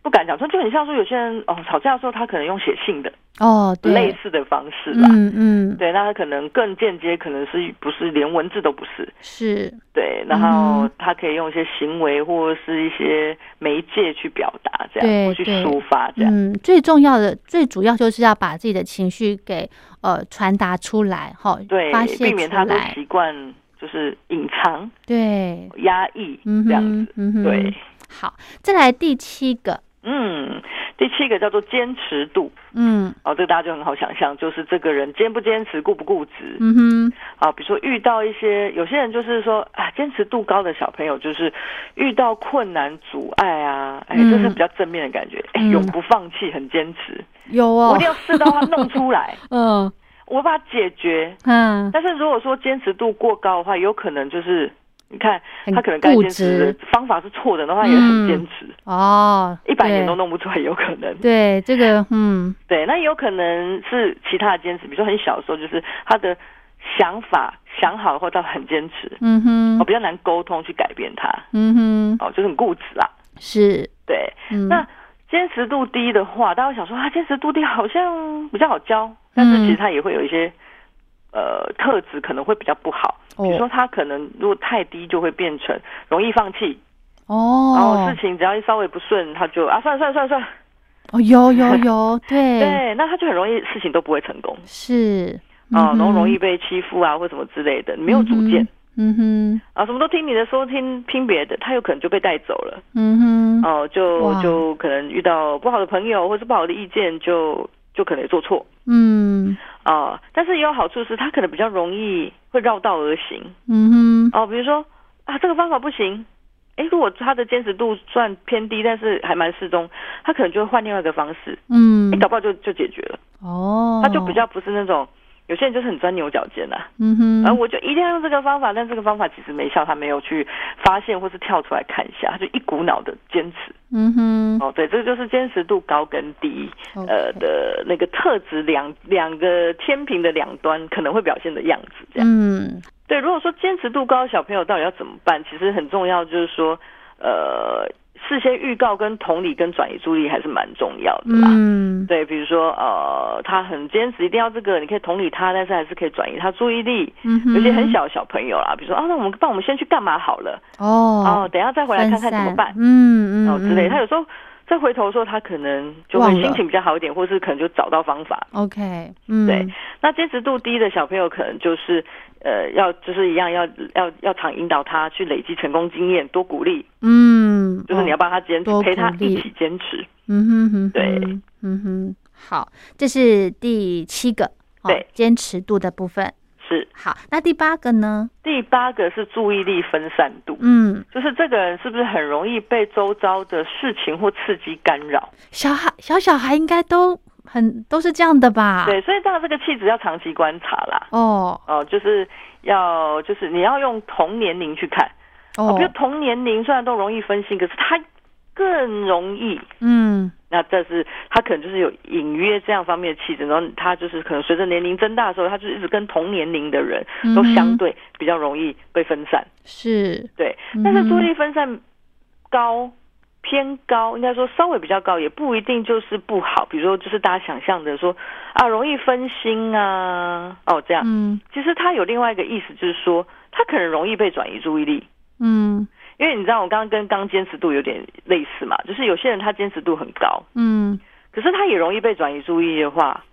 Speaker 3: 不敢讲，说就很像说有些人哦吵架的时候，他可能用写信的
Speaker 2: 哦，
Speaker 3: 类
Speaker 2: 对，
Speaker 3: 似的方式啦。
Speaker 2: 嗯嗯，
Speaker 3: 对，那他可能更间接，可能是不是连文字都不是？
Speaker 2: 是
Speaker 3: 对，然后
Speaker 2: 嗯
Speaker 3: 他可以用一些行为或者是一些媒介去表达，这
Speaker 2: 对
Speaker 3: 样或去
Speaker 2: 对
Speaker 3: 抒发这样。
Speaker 2: 嗯，最重要的最主要就是要把自己的情绪给呃传达出来，哈，
Speaker 3: 对
Speaker 2: 发，泄
Speaker 3: 避免
Speaker 2: 出
Speaker 3: 他都
Speaker 2: 来，
Speaker 3: 习惯就是隐藏、
Speaker 2: 对，
Speaker 3: 压抑
Speaker 2: 嗯
Speaker 3: 这样子
Speaker 2: 哼。，嗯哼，
Speaker 3: 对，，
Speaker 2: 好，再来第七个，
Speaker 3: 嗯，第七个叫做坚持度。
Speaker 2: 嗯
Speaker 3: 哦，这个大家就很好想象，就是这个人坚不坚持、固不固执
Speaker 2: 嗯哼，
Speaker 3: 啊。比如说遇到一些有些人就是说啊，坚持度高的小朋友，就是遇到困难、阻碍啊，哎，
Speaker 2: 嗯
Speaker 3: 这是比较正面的感觉，哎，
Speaker 2: 嗯
Speaker 3: 永不放弃，很坚持，
Speaker 2: 有
Speaker 3: 我
Speaker 2: 哦
Speaker 3: 一定，要试到它弄出来，
Speaker 2: 嗯
Speaker 3: 我把它解决。
Speaker 2: 嗯，
Speaker 3: 但是如果说坚持度过高的话，有可能就是你看
Speaker 2: 很
Speaker 3: 他可能该
Speaker 2: 固
Speaker 3: 坚持的
Speaker 2: 执
Speaker 3: 方法是错的，那他也很坚持，
Speaker 2: 哦，
Speaker 3: 一百年
Speaker 2: 对
Speaker 3: 都弄不出来，有可能。
Speaker 2: 对这个，嗯
Speaker 3: 对，那也有可能是其他的坚持，比如说很小的时候，就是他的想法想好或到很坚持，
Speaker 2: 嗯
Speaker 3: 哦，
Speaker 2: 哼，
Speaker 3: 比较难沟通去改变他，
Speaker 2: 嗯哼，
Speaker 3: 哦，就是很固执啦。
Speaker 2: 是，
Speaker 3: 对，
Speaker 2: 嗯，
Speaker 3: 那坚持度低的话，大家会想说啊，坚持度低好像比较好教，
Speaker 2: 嗯
Speaker 3: 但是其实他也会有一些。呃，特质可能会比较不好，比如说
Speaker 2: 哦
Speaker 3: 他可能如果太低，就会变成容易放弃，然后
Speaker 2: 哦
Speaker 3: 事情只要一稍微不顺，他就啊算了算了算了算了，
Speaker 2: 哦，有有 有，对，
Speaker 3: 对，那他就很容易事情都不会成功。
Speaker 2: 是，
Speaker 3: 啊，然后容易
Speaker 2: 嗯哼
Speaker 3: 被欺负啊，或什么之类的，你没有主见、，
Speaker 2: 嗯哼，
Speaker 3: 啊，什么都听你的说，听听别的，他有可能就被带走了，
Speaker 2: 嗯哼，
Speaker 3: 哦、就
Speaker 2: 哇
Speaker 3: 就可能遇到不好的朋友或是不好的意见就，就可能也做错
Speaker 2: 嗯
Speaker 3: 啊。但是也有好处是，他可能比较容易会绕道而行
Speaker 2: 嗯哼，
Speaker 3: 哦、比如说啊，这个方法不行。诶，如果他的坚持度算偏低，但是还蛮适中，他可能就会换另外一个方式，诶，
Speaker 2: 嗯，
Speaker 3: 搞不好就就解决了。
Speaker 2: 哦，
Speaker 3: 哎他就比，较不是那种有些人就是很钻牛角尖呐、啊，
Speaker 2: 嗯哼，
Speaker 3: 然后我就一定要用这个方法，但这个方法其实没效，他没有去发现或是跳出来看一下，他就一股脑的坚持。
Speaker 2: 嗯哼，
Speaker 3: 哦，对，这个就是坚持度高跟低，呃
Speaker 2: OK
Speaker 3: 的那个特质两两个天平的两端可能会表现的样子，这样。
Speaker 2: 嗯，
Speaker 3: 对，如果说坚持度高的小朋友到底要怎么办，其实很重要，就是说，呃，事先预告跟同理跟转移注意力还是蛮重要的啦。
Speaker 2: 嗯，
Speaker 3: 对，比如说，呃，他很坚持一定要这个，你可以同理他，但是还是可以转移他注意力。
Speaker 2: 嗯哼
Speaker 3: 有些很小的小朋友啦，比如说啊，那我们那我们先去干嘛好了？
Speaker 2: 哦
Speaker 3: 哦，，等一下再回来
Speaker 2: 分
Speaker 3: 看看怎么
Speaker 2: 散
Speaker 3: 办，
Speaker 2: 嗯嗯，
Speaker 3: 哦之类。
Speaker 2: 嗯
Speaker 3: 他有时候再回头说，他可能就会
Speaker 2: 忘了
Speaker 3: 心情比较好一点，或是可能就找到方法。
Speaker 2: OK，嗯，
Speaker 3: 对，那坚持度低的小朋友，可能就是呃，要就是一样要要要常引导他去累积成功经验，多鼓励，
Speaker 2: 嗯，
Speaker 3: 就是你要
Speaker 2: 哦，
Speaker 3: 帮他坚持，
Speaker 2: 多
Speaker 3: 陪他
Speaker 2: 鼓励
Speaker 3: 一起坚持。
Speaker 2: 嗯哼哼，
Speaker 3: 对，
Speaker 2: 嗯哼，好，这是第七个，哦
Speaker 3: 对，
Speaker 2: 坚持度的部分。
Speaker 3: 是
Speaker 2: 好，那第八个呢？
Speaker 3: 第八个是注意力分散度。
Speaker 2: 嗯，
Speaker 3: 就是这个人是不是很容易被周遭的事情或刺激干扰？
Speaker 2: 小孩小小孩应该都很都是这样的吧？，
Speaker 3: 对，所以当然这个气质要长期观察啦。
Speaker 2: 哦
Speaker 3: 哦、就是要就是你要用同年龄去看，哦，
Speaker 2: 哦
Speaker 3: 比如，同年龄虽然都容易分心，可是他更容易。
Speaker 2: 嗯
Speaker 3: 那这是他可能就是有隐约这样方面的气质，然后他就是可能随着年龄增大的时候，他就是一直跟同年龄的人
Speaker 2: 嗯哼
Speaker 3: 都相对比较容易被分散。
Speaker 2: 是，
Speaker 3: 对，
Speaker 2: 嗯哼
Speaker 3: 但是注意力分散高偏高，应该说稍微比较高，也不一定就是不好。比如说，就是大家想象的说啊，容易分心啊，哦这样。
Speaker 2: 嗯
Speaker 3: 其实它有另外一个意思，就是说它可能容易被转移注意力。
Speaker 2: 嗯
Speaker 3: 因为你知道，我刚刚跟刚坚持度有点类似嘛，就是有些人他坚持度很高，
Speaker 2: 嗯
Speaker 3: 可是他也容易被转移注意力的话，就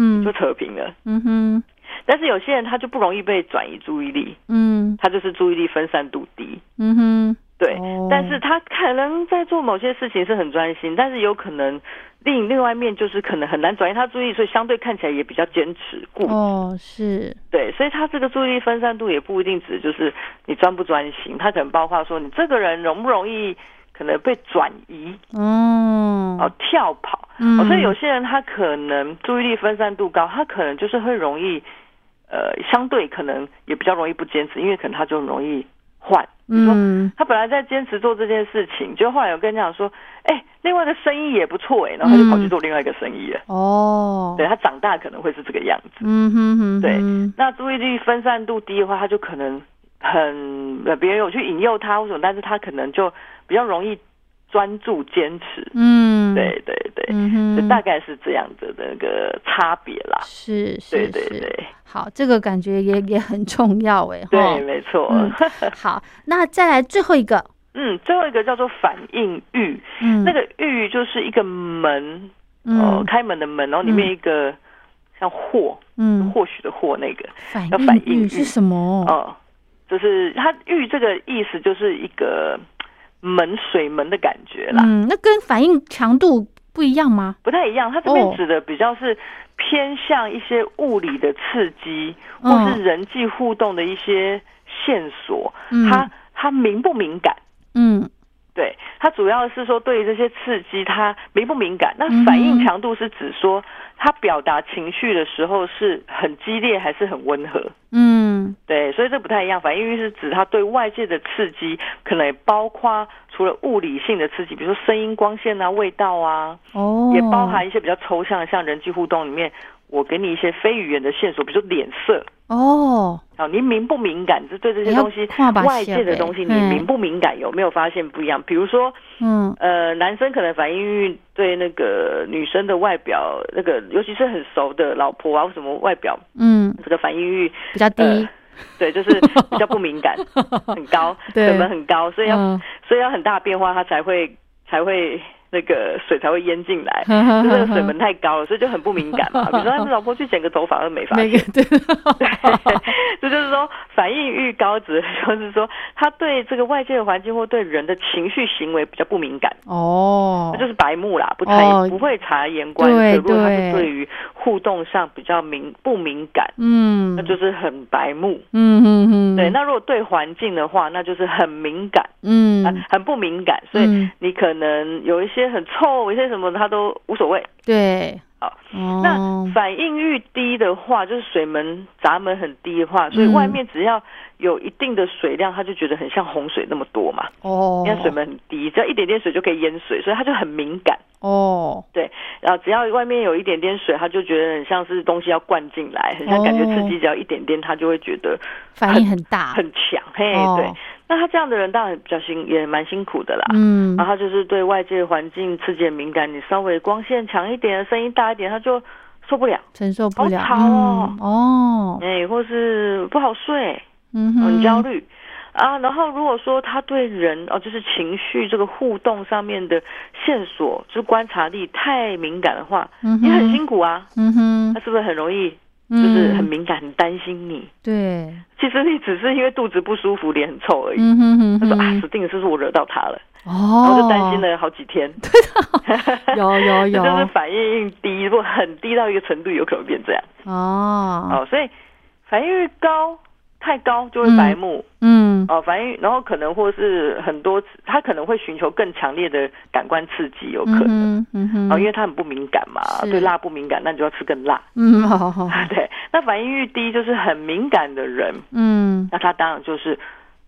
Speaker 2: 嗯
Speaker 3: 扯平了。
Speaker 2: 嗯哼
Speaker 3: 但是有些人他就不容易被转移注意力，
Speaker 2: 嗯
Speaker 3: 他就是注意力分散度低。
Speaker 2: 嗯哼，
Speaker 3: 对，
Speaker 2: 哦
Speaker 3: 但是他可能在做某些事情是很专心，但是有可能另另外一面就是可能很难转移他注意，所以相对看起来也比较坚持固执。
Speaker 2: 哦是，
Speaker 3: 对，所以他这个注意力分散度也不一定指就是你专不专心，他可能包括说你这个人容不容易可能被转移
Speaker 2: 嗯哦
Speaker 3: 哦，跳跑。
Speaker 2: 嗯
Speaker 3: 哦，所以有些人他可能注意力分散度高，他可能就是会容易，呃，相对可能也比较容易不坚持，因为可能他就很容易换。
Speaker 2: 嗯
Speaker 3: 他本来在坚持做这件事情，就后来有跟你讲说，哎，另外一个生意也不错哎，然后他就跑去做另外一个生意了。
Speaker 2: 嗯哦，
Speaker 3: 对他长大可能会是这个样子。
Speaker 2: 嗯哼哼，
Speaker 3: 对
Speaker 2: 哼，
Speaker 3: 那注意力分散度低的话，他就可能很呃别人有去引诱他或什么，但是他可能就比较容易专注坚持。
Speaker 2: 嗯
Speaker 3: 对对对，
Speaker 2: 嗯
Speaker 3: 就
Speaker 2: 哼，
Speaker 3: 大概是这样子的那个差别啦。
Speaker 2: 是是
Speaker 3: 对
Speaker 2: 是，
Speaker 3: 对对
Speaker 2: 好，这个感觉也也很重要哎，
Speaker 3: 对，
Speaker 2: 齁
Speaker 3: 没错。
Speaker 2: 嗯好，那再来最后一个，
Speaker 3: 嗯，最后一个叫做反应域，
Speaker 2: 嗯，
Speaker 3: 那个域就是一个门，哦
Speaker 2: 嗯，
Speaker 3: 开门的门，然后里面一个像或
Speaker 2: 嗯，
Speaker 3: 或许的或那个，
Speaker 2: 反
Speaker 3: 要反
Speaker 2: 应
Speaker 3: 应
Speaker 2: 欲是什么？
Speaker 3: 哦，就是它域这个意思就是一个门水门的感觉啦，
Speaker 2: 嗯，那跟反应强度不一样吗？
Speaker 3: 不太一样。它这
Speaker 2: 哦
Speaker 3: 边指的比较是偏向一些物理的刺激，或
Speaker 2: 嗯
Speaker 3: 是人际互动的一些线索，
Speaker 2: 嗯
Speaker 3: 它它敏不敏感？
Speaker 2: 嗯
Speaker 3: 对，它主要是说对于这些刺激，它敏不敏感？那
Speaker 2: 嗯哼
Speaker 3: 反应强度是指说，它表达情绪的时候是很激烈还是很温和？
Speaker 2: 嗯
Speaker 3: 对，所以这不太一样。反应是指它对外界的刺激，可能也包括除了物理性的刺激，比如说声音、光线啊、味道啊，
Speaker 2: 哦，
Speaker 3: 也包含一些比较抽象的，像人际互动里面，我给你一些非语言的线索，比如说脸色。
Speaker 2: 哦，
Speaker 3: 好，你敏不敏感？就对这些
Speaker 2: 你要
Speaker 3: 东西
Speaker 2: 看吧，
Speaker 3: 外界
Speaker 2: 是
Speaker 3: 的
Speaker 2: 呗
Speaker 3: 东西，你
Speaker 2: 嗯
Speaker 3: 敏不敏感？有没有发现不一样？比如说，
Speaker 2: 嗯
Speaker 3: 呃，男生可能反应欲对那个女生的外表，那个尤其是很熟的老婆啊，或什么外表，
Speaker 2: 嗯，
Speaker 3: 这个反应欲，
Speaker 2: 比较低，
Speaker 3: 呃对，就是比较不敏感，很高，
Speaker 2: 对
Speaker 3: 水门很高，所以要、
Speaker 2: 嗯
Speaker 3: 所以要很大的变化，它才会才会那个水才会淹 进来。就是那个水门太高了，所以就很不敏感嘛。比如说，他们老婆去剪个头发都没发
Speaker 2: 那
Speaker 3: 现，
Speaker 2: 个对，
Speaker 3: 这就是说反应欲高，指的就是说他对这个外界的环境或对人的情绪行为比较不敏感。
Speaker 2: 哦
Speaker 3: 他，就是白目啦，不察言、
Speaker 2: 哦
Speaker 3: 不会察言观
Speaker 2: 对
Speaker 3: 色。如果他
Speaker 2: 对
Speaker 3: 是对于互动上比较敏不敏感，
Speaker 2: 嗯，
Speaker 3: 那就是很白目。
Speaker 2: 嗯嗯嗯，
Speaker 3: 对，那如果对环境的话，那就是很敏感，啊
Speaker 2: 嗯，
Speaker 3: 很不敏感。所以
Speaker 2: 嗯
Speaker 3: 你可能有一些很臭，有一些什么他都无所谓。
Speaker 2: 对，
Speaker 3: 好，
Speaker 2: 哦，
Speaker 3: 那反应欲低的话，就是水门闸门很低的话，
Speaker 2: 嗯
Speaker 3: 所以外面只要有一定的水量，他就觉得很像洪水那么多嘛。
Speaker 2: 哦，
Speaker 3: 因为水门很低，只要一点点水就可以淹水，所以他就很敏感。
Speaker 2: 哦，
Speaker 3: 对，然后只要外面有一点点水，他就觉得很像是东西要灌进来，很像感觉刺
Speaker 2: 哦
Speaker 3: 激，只要一点点，他就会觉得
Speaker 2: 反应很大，
Speaker 3: 很强。嘿，
Speaker 2: 哦
Speaker 3: 对，那他这样的人当然比较辛，也蛮辛苦的啦。
Speaker 2: 嗯
Speaker 3: 然后他就是对外界环境刺激很敏感，你稍微光线强一点，声音大一点，他就受不了。
Speaker 2: 承受不了，
Speaker 3: 好吵哦哦
Speaker 2: 嗯哦，
Speaker 3: 哎，或是不好睡，
Speaker 2: 嗯哼，
Speaker 3: 很焦虑。啊，然后如果说他对人哦，就是情绪这个互动上面的线索，就是观察力太敏感的话，
Speaker 2: 嗯哼
Speaker 3: 也很辛苦啊。
Speaker 2: 嗯哼
Speaker 3: 他，是不是很容易就
Speaker 2: 嗯
Speaker 3: 是很敏感、很担心你？
Speaker 2: 对，
Speaker 3: 其实你只是因为肚子不舒服、脸很臭而已。
Speaker 2: 嗯哼哼
Speaker 3: 他说啊，
Speaker 2: 哼，
Speaker 3: 死定了，是不是我惹到他了？
Speaker 2: 哦，
Speaker 3: 然后就担心，了好几 天。
Speaker 2: 有有
Speaker 3: 这 就是
Speaker 2: 有，
Speaker 3: 反应应低，如果很低到一个程度，有可能变这样。
Speaker 2: 哦，
Speaker 3: 哦，所以反应欲高。太高就会白目、
Speaker 2: 嗯
Speaker 3: 哦，反应，然后可能或是很多，他可能会寻求更强烈的感官刺激，有可能、
Speaker 2: 嗯哼嗯哼，
Speaker 3: 哦，因为他很不敏感嘛，
Speaker 2: 是
Speaker 3: 对辣不敏感，那你就要吃更辣，
Speaker 2: 嗯 好好，
Speaker 3: 对。那反应欲低就是很敏感的人，
Speaker 2: 嗯
Speaker 3: 那他当然就是，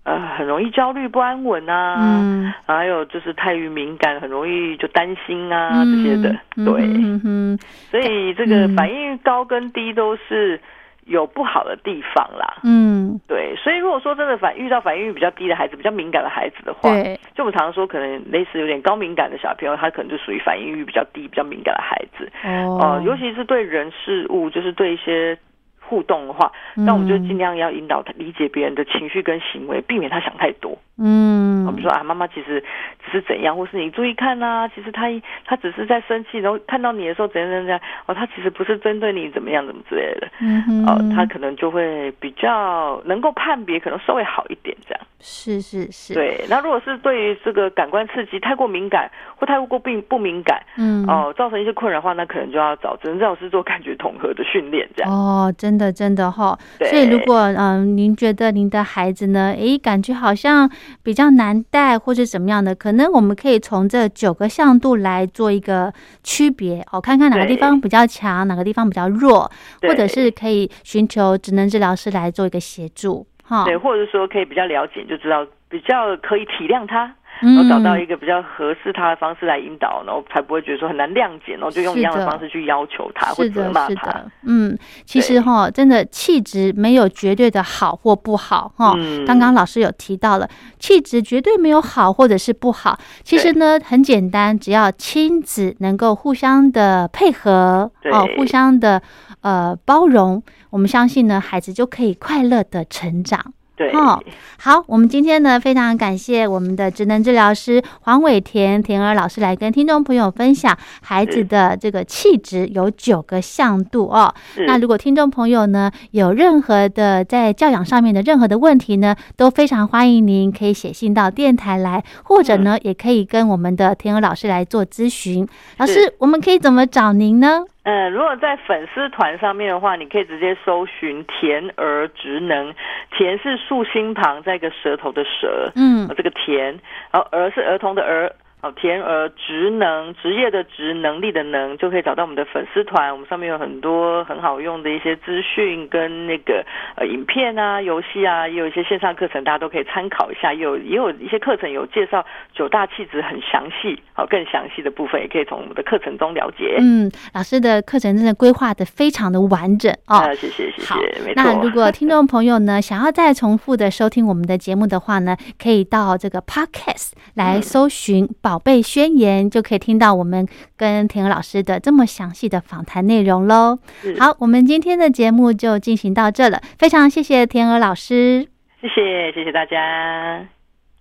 Speaker 3: 呃很容易焦虑不安稳啊，
Speaker 2: 嗯，
Speaker 3: 还有就是太于敏感，很容易就担心啊、
Speaker 2: 嗯
Speaker 3: 这些的。对，
Speaker 2: 嗯哼，嗯哼
Speaker 3: 所以这个
Speaker 2: 嗯
Speaker 3: 反应高跟低都是有不好的地方啦。
Speaker 2: 嗯，
Speaker 3: 对，所以如果说真的反遇到反应比较低的孩子，比较敏感的孩子的话，
Speaker 2: 对，
Speaker 3: 就我们常常说，可能类似有点高敏感的小朋友，他可能就属于反应欲比较低、比较敏感的孩子。
Speaker 2: 哦
Speaker 3: 呃，，尤其是对人事物，就是对一些互动的话，
Speaker 2: 嗯
Speaker 3: 那我们就尽量要引导他理解别人的情绪跟行为，避免他想太多。
Speaker 2: 嗯，
Speaker 3: 我们说啊，妈妈其实只是怎样，或是你注意看啊，其实她她只是在生气，然后看到你的时候怎样怎样怎样，哦，她其实不是针对你怎么样怎么之类的，
Speaker 2: 嗯哼，
Speaker 3: 哦，她可能就会比较能够判别，可能稍微好一点这样。
Speaker 2: 是是是，，
Speaker 3: 对，那如果是对于这个感官刺激太过敏感或太过并不敏感，
Speaker 2: 嗯，
Speaker 3: 哦、造成一些困扰的话，那可能就要找真正老师做感觉统合的训练这样。
Speaker 2: 哦，真的真的哈、
Speaker 3: 对
Speaker 2: 所以如果嗯、您觉得您的孩子呢，诶，感觉好像比较难带或者怎么样的，可能我们可以从这九个向度来做一个区别哦，看看哪个地
Speaker 3: 对
Speaker 2: 方比较强，哪个地方比较弱，或者
Speaker 3: 对
Speaker 2: 是可以寻求职能治疗师来做一个协助哈。
Speaker 3: 对，或者说可以比较了解，就知道比较可以体谅他，
Speaker 2: 嗯
Speaker 3: 然后找到一个比较合适他的方式来引导，然后才不会觉得说很难谅解，然后就用
Speaker 2: 是
Speaker 3: 一样的
Speaker 2: 的
Speaker 3: 方式去要求他或
Speaker 2: 是
Speaker 3: 责
Speaker 2: 的，
Speaker 3: 骂
Speaker 2: 是
Speaker 3: 他。
Speaker 2: 的，嗯，其实哈，真的气质没有绝对的好或不好哈。
Speaker 3: 嗯
Speaker 2: 刚刚老师有提到了，气质绝对没有好或者是不好。其实呢，很简单，只要亲子能够互相的配合，
Speaker 3: 对
Speaker 2: 哦，互相的呃包容，我们相信呢，孩子就可以快乐的成长。
Speaker 3: 对，
Speaker 2: 哦，好，我们今天呢，非常感谢我们的职能治疗师黄伟田田儿老师来跟听众朋友分享孩子的这个气质有九个向度哦。
Speaker 3: 是
Speaker 2: 那如果听众朋友呢有任何的在教养上面的任何的问题呢，都非常欢迎您可以写信到电台来，或者
Speaker 3: 嗯
Speaker 2: 呢、也可以跟我们的田儿老师来做咨询。老师，我们可以怎么找您呢？
Speaker 3: 呃，如果在粉丝团上面的话，你可以直接搜寻“甜儿职能”，甜是竖心旁再一个舌头的舌，
Speaker 2: 嗯
Speaker 3: 哦，这个甜，然后儿是儿童的儿。哦，甜儿职能职业的职能力的能，就可以找到我们的粉丝团。我们上面有很多很好用的一些资讯跟那个呃影片啊、游戏啊，也有一些线上课程，大家都可以参考一下。也有也有一些课程有介绍九大气质很详细，好、更详细的部分也可以从我们的课程中了解。
Speaker 2: 嗯，老师的课程真的规划的非常的完整哦。
Speaker 3: 啊，谢谢谢
Speaker 2: 好
Speaker 3: 谢，没，错。
Speaker 2: 那如果听众朋友呢想要再重复的收听我们的节目的话呢，可以到这个 podcast 来搜寻《宝贝宣言》，就可以听到我们跟田鹅老师的这么详细的访谈内容喽。好，我们今天的节目就进行到这了，非常谢谢田鹅老师。
Speaker 3: 谢谢谢谢大家。